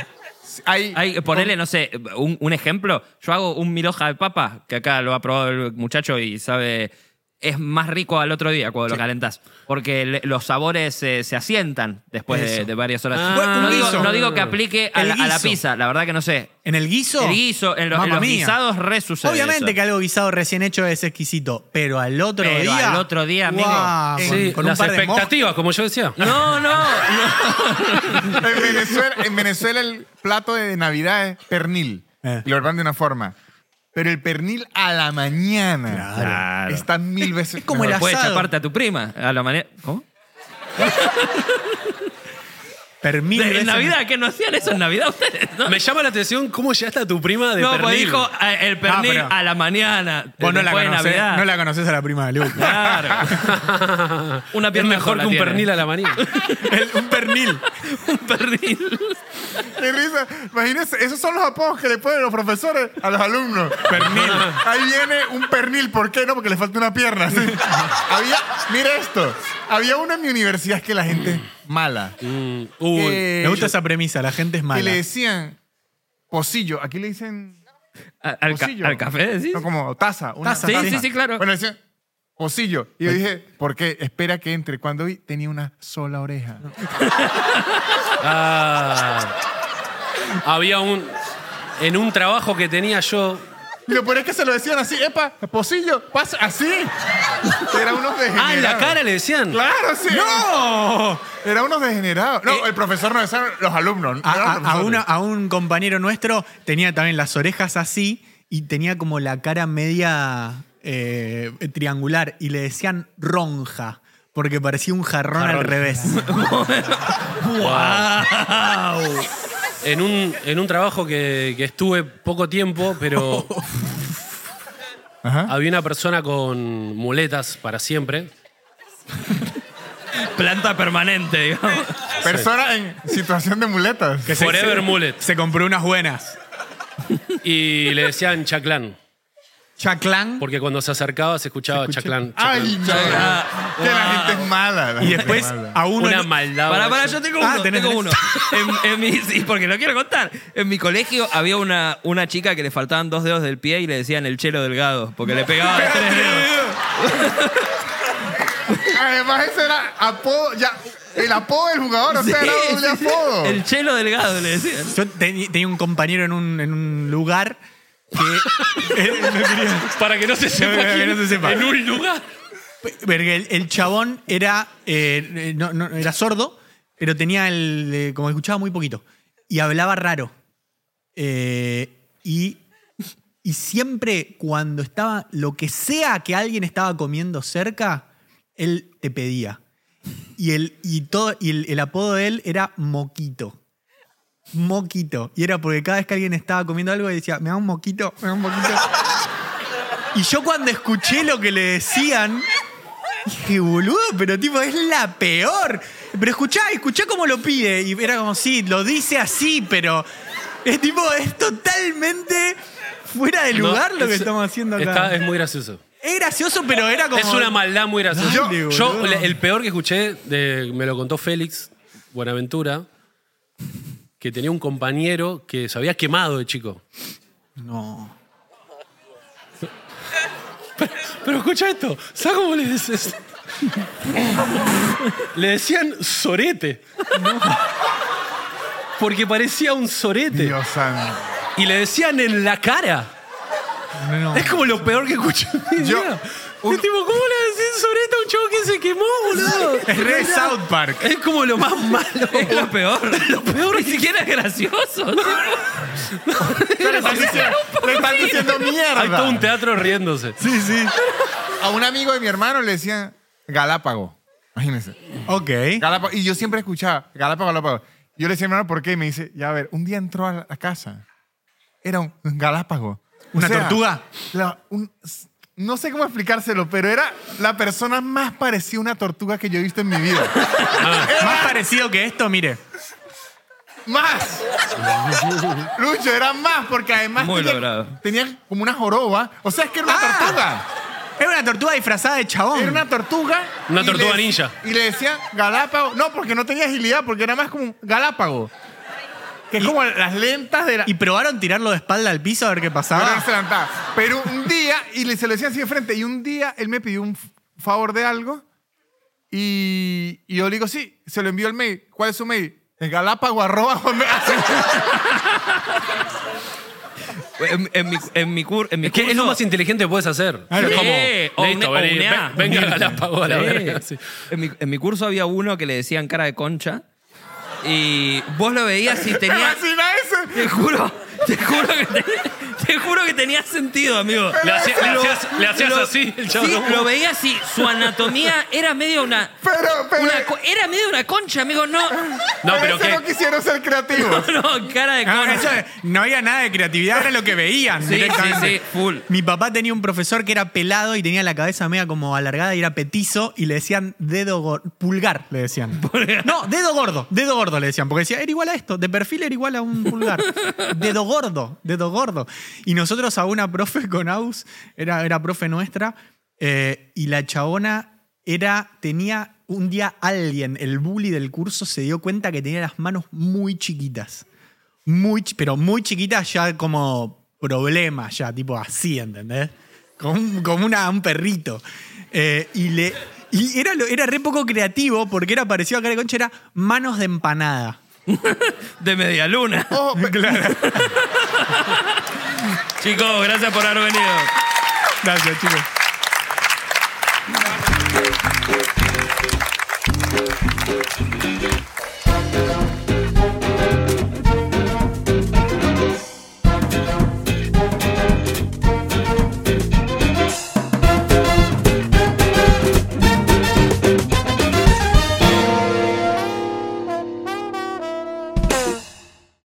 Speaker 3: Hay,
Speaker 4: Hay, ponele, no sé, un, un ejemplo. Yo hago un mil hojas de papa, que acá lo ha probado el muchacho y sabe. Es más rico al otro día cuando lo calentás. Porque le- los sabores eh, se asientan después de,
Speaker 1: Eso.
Speaker 4: de varias horas.
Speaker 2: Ah. Bueno,
Speaker 4: no,
Speaker 2: un
Speaker 4: digo,
Speaker 1: guiso.
Speaker 4: no digo que aplique a
Speaker 1: El
Speaker 4: la, a la
Speaker 1: guiso.
Speaker 4: pizza, la verdad que no sé.
Speaker 1: ¿En el guiso?
Speaker 4: El guiso, en, los- en
Speaker 1: Mamma
Speaker 4: los
Speaker 1: mía.
Speaker 4: guisados re sucede
Speaker 1: Obviamente
Speaker 4: eso.
Speaker 1: que algo guisado recién hecho es exquisito, pero al otro
Speaker 4: Pero
Speaker 1: día.
Speaker 4: al otro día, amigo.
Speaker 1: Guau,
Speaker 2: Sí,
Speaker 1: con- con un
Speaker 2: las
Speaker 1: par de moscas.
Speaker 2: expectativas, como yo decía.
Speaker 4: No, no, no.
Speaker 3: en, Venezuela, en Venezuela el plato de Navidad es pernil.
Speaker 1: Eh.
Speaker 3: Y lo preparan de una forma. Pero el pernil a la mañana
Speaker 4: Claro.
Speaker 3: está mil veces.
Speaker 1: Es como el
Speaker 3: mejor.
Speaker 1: asado.
Speaker 4: Puedes chaparte a tu prima a la manera. ¿Cómo?
Speaker 1: Permite.
Speaker 4: en Navidad, que no hacían eso en Navidad ustedes, ¿no?
Speaker 2: Me llama la atención cómo llegaste a tu prima de
Speaker 4: No, pues
Speaker 2: pernil.
Speaker 4: dijo eh, el pernil
Speaker 1: pero-
Speaker 4: a la mañana.
Speaker 1: Vos no la,
Speaker 4: después de
Speaker 1: conocés,
Speaker 4: Navidad.
Speaker 1: no la conocés a la prima de Luke.
Speaker 4: Claro. Una
Speaker 2: es
Speaker 4: pierna
Speaker 2: mejor
Speaker 4: sola
Speaker 2: que un
Speaker 4: tiene.
Speaker 2: pernil a la mañana.
Speaker 1: El- un pernil.
Speaker 4: Un pernil.
Speaker 3: Qué risa. Imagínense, esos son los apodos que le ponen los profesores a los alumnos. Pernil. Ahí viene un pernil. ¿Por qué? No, porque le falta una pierna. Sí. Había, mira esto. Había una en mi universidad que la gente mala.
Speaker 2: Mm, uy.
Speaker 3: Eh,
Speaker 1: Me gusta
Speaker 3: yo-
Speaker 1: esa premisa, la gente es
Speaker 3: Que
Speaker 1: mala.
Speaker 3: le decían pocillo. Aquí le dicen
Speaker 4: ¿Al, al ca-
Speaker 3: pocillo.
Speaker 4: al café decís?
Speaker 3: No, como taza. Una
Speaker 1: Taza,
Speaker 4: sí,
Speaker 1: taza.
Speaker 4: sí, sí, claro.
Speaker 3: Bueno, decían pocillo. Y yo dije, ¿por qué? Espera que entre. Cuando vi, tenía una sola oreja.
Speaker 2: Ah. había un... En un trabajo que tenía yo,
Speaker 3: Y lo peor es que se lo decían así, epa, pocillo, pasa, así. Era unos degenerados.
Speaker 2: Ah, en la cara le decían.
Speaker 3: Claro, sí.
Speaker 1: ¡No!
Speaker 3: Era unos degenerados. No, el profesor no, eran los alumnos.
Speaker 1: A,
Speaker 3: eran los
Speaker 1: a- a
Speaker 3: profesores.
Speaker 1: una- a un compañero nuestro tenía también las orejas así y tenía como la cara media eh, triangular y le decían ronja porque parecía un jarrón, al
Speaker 2: Jarrón.
Speaker 1: revés.
Speaker 2: ¡Wow! En un, en un trabajo que, que estuve poco tiempo, pero
Speaker 3: Ajá.
Speaker 2: había una persona con muletas para siempre.
Speaker 4: Planta permanente, digamos.
Speaker 3: Persona en situación de muletas.
Speaker 1: Que se-
Speaker 2: Forever
Speaker 1: se-
Speaker 2: mullet.
Speaker 1: Se compró unas buenas.
Speaker 2: Y le decían chaclán,
Speaker 1: Chaclán.
Speaker 2: porque cuando se acercaba se escuchaba chaclán.
Speaker 3: Ay, no.
Speaker 4: Ah,
Speaker 3: Que la gente es mala. la
Speaker 1: Y
Speaker 3: gente
Speaker 1: después
Speaker 3: es mala.
Speaker 1: a uno.
Speaker 2: Una maldad.
Speaker 4: Para, para,
Speaker 2: guacho.
Speaker 4: yo tengo uno,
Speaker 1: Ah, tenés-
Speaker 4: tengo uno.
Speaker 1: tenés.
Speaker 4: En, en mi- sí, porque lo quiero contar. En mi colegio había una, una chica que le faltaban dos dedos del pie y le decían el chelo delgado, porque le pegaba tres dedos.
Speaker 3: Además, ese era apodo, ya, el apodo del jugador, o sea,
Speaker 4: Sí,
Speaker 3: era doble
Speaker 4: sí, sí.
Speaker 3: apodo.
Speaker 4: El chelo delgado le decían.
Speaker 1: Yo teni- tenía un compañero en un, en un lugar que. él no quería-
Speaker 2: Para que no se sepa.
Speaker 1: para que
Speaker 2: quién-
Speaker 1: no se sepa.
Speaker 2: En un lugar.
Speaker 1: Verga, el, el chabón era, eh, eh, no- no, era sordo, pero tenía el. eh, como que escuchaba muy poquito. Y hablaba raro. Eh, y, y siempre cuando estaba. Lo que sea que alguien estaba comiendo cerca, él te pedía. Y el, y todo, y el, el apodo de él era Moquito. Moquito. Y era porque cada vez que alguien estaba comiendo algo, él decía, me da un moquito, me da un moquito. Y yo cuando escuché lo que le decían, dije, boludo, pero tipo, es la peor. Pero escuchá, escuchá cómo lo pide. Y era como, sí, lo dice así, pero es tipo, es totalmente fuera de lugar
Speaker 2: No,
Speaker 1: lo que
Speaker 2: es-
Speaker 1: estamos haciendo acá.
Speaker 2: está- es muy gracioso.
Speaker 1: Es gracioso, pero era como...
Speaker 2: Es una maldad muy graciosa.
Speaker 1: Dale,
Speaker 2: yo,
Speaker 1: boludo.
Speaker 2: yo, le- el peor que escuché, de- me lo contó Félix Buenaventura, que tenía un compañero que se había quemado de chico.
Speaker 1: No.
Speaker 2: Pero escucha esto, ¿sabes cómo le dices? le decían sorete. Porque parecía un sorete.
Speaker 3: Dios santo.
Speaker 2: Y le decían en la cara.
Speaker 1: No.
Speaker 2: Es como lo peor que escuché en mi
Speaker 3: Yo-
Speaker 2: vida.
Speaker 3: un-
Speaker 2: Es tipo, ¿cómo le decís sorete a un chavo que se quemó, boludo?
Speaker 3: Es re South Park.
Speaker 2: Es como lo más malo.
Speaker 4: Es lo peor. lo peor ni siquiera es gracioso.
Speaker 3: Le están diciendo, le están diciendo
Speaker 2: Hay todo un
Speaker 3: mierda.
Speaker 2: teatro riéndose.
Speaker 1: Sí, sí.
Speaker 3: A un amigo de mi hermano le decían Galápago. Imagínense.
Speaker 1: Ok.
Speaker 3: Galápago. Y yo siempre escuchaba Galápago, Galápago. Yo le decía, hermano, ¿por qué? Y me dice, ya a ver, un día entró a la casa. Era un un Galápago. O
Speaker 1: ¿Una
Speaker 3: sea,
Speaker 1: tortuga?
Speaker 3: la- un- no sé cómo explicárselo, pero era la persona más parecida a una tortuga que yo he visto en mi vida.
Speaker 1: Más parecido que esto, mire.
Speaker 3: ¡Más! Lucho, era más, porque además
Speaker 4: Muy
Speaker 3: tenía,
Speaker 4: logrado.
Speaker 3: tenía como una joroba. O sea, es que era una
Speaker 1: Ah.
Speaker 3: tortuga.
Speaker 1: Era una tortuga disfrazada de chabón.
Speaker 3: Era una tortuga.
Speaker 2: Una
Speaker 3: y
Speaker 2: tortuga
Speaker 3: le-
Speaker 2: ninja.
Speaker 3: Y le decían Galápago. No, porque no tenía agilidad, porque era más como un Galápago. Que es como las lentas de la.
Speaker 1: Y probaron tirarlo de espalda al piso a ver qué
Speaker 3: Pero no
Speaker 1: pasaba.
Speaker 3: se levantaba. Pero un día, y le- se lo decían así de frente, y un día él me pidió un f- favor de algo, y, y yo le digo, sí, se lo envió el mail. ¿Cuál es su mail? El galápago arroba hotmail.
Speaker 4: En, en mi, en mi cur- en mi
Speaker 2: Es que es lo
Speaker 4: curso-
Speaker 2: más inteligente que puedes hacer.
Speaker 4: Sí, Oh,
Speaker 2: Es
Speaker 4: o
Speaker 2: listo,
Speaker 4: une-
Speaker 2: vení,
Speaker 4: uneá.
Speaker 2: ven- venga a Galápagos a la
Speaker 4: Sí.
Speaker 2: verga. sí.
Speaker 4: En, mi, en mi curso había uno que le decían cara de concha. Y vos lo veías y
Speaker 3: ¿Te
Speaker 4: tenía.
Speaker 3: imaginas eso?
Speaker 4: Te juro, te juro que tenía, te juro que tenía sentido, amigo.
Speaker 2: Le hacía- le
Speaker 4: Lo-
Speaker 2: hacías- le hacías
Speaker 4: lo-
Speaker 2: así, el chabón.
Speaker 4: Sí, lo veía así. Su anatomía era medio una.
Speaker 3: Pero, pero,
Speaker 4: una co- era medio una concha, amigo. No,
Speaker 2: No, pero
Speaker 3: ese
Speaker 2: qué.
Speaker 3: no quisieron ser creativos.
Speaker 4: no, cara de
Speaker 1: Ah, eso,
Speaker 4: concha.
Speaker 1: no había nada de creatividad, era lo que veían
Speaker 4: Sí,
Speaker 1: directamente.
Speaker 4: sí, sí, full.
Speaker 1: Mi papá tenía un profesor que era pelado y tenía la cabeza media como alargada y era petizo y le decían dedo gordo, pulgar, le decían. No, dedo gordo, dedo gordo le decían, porque decía, era igual a esto, de perfil era igual a un pulgar. dedo gordo, dedo gordo. Y nosotros a una profe con Aus, era, era profe nuestra, eh, y la chabona era, tenía... Un día alguien, el bully del curso, se dio cuenta que tenía las manos muy chiquitas muy, chi- pero muy chiquita ya como problema, ya tipo así, ¿entendés? Como, un- como una, un perrito. Eh, y le, y era, lo- era re poco creativo porque era parecido a cara de concha, era manos de empanada.
Speaker 4: De media luna.
Speaker 3: Ojo, pe-
Speaker 4: Chicos, gracias por haber venido.
Speaker 1: Gracias, chicos.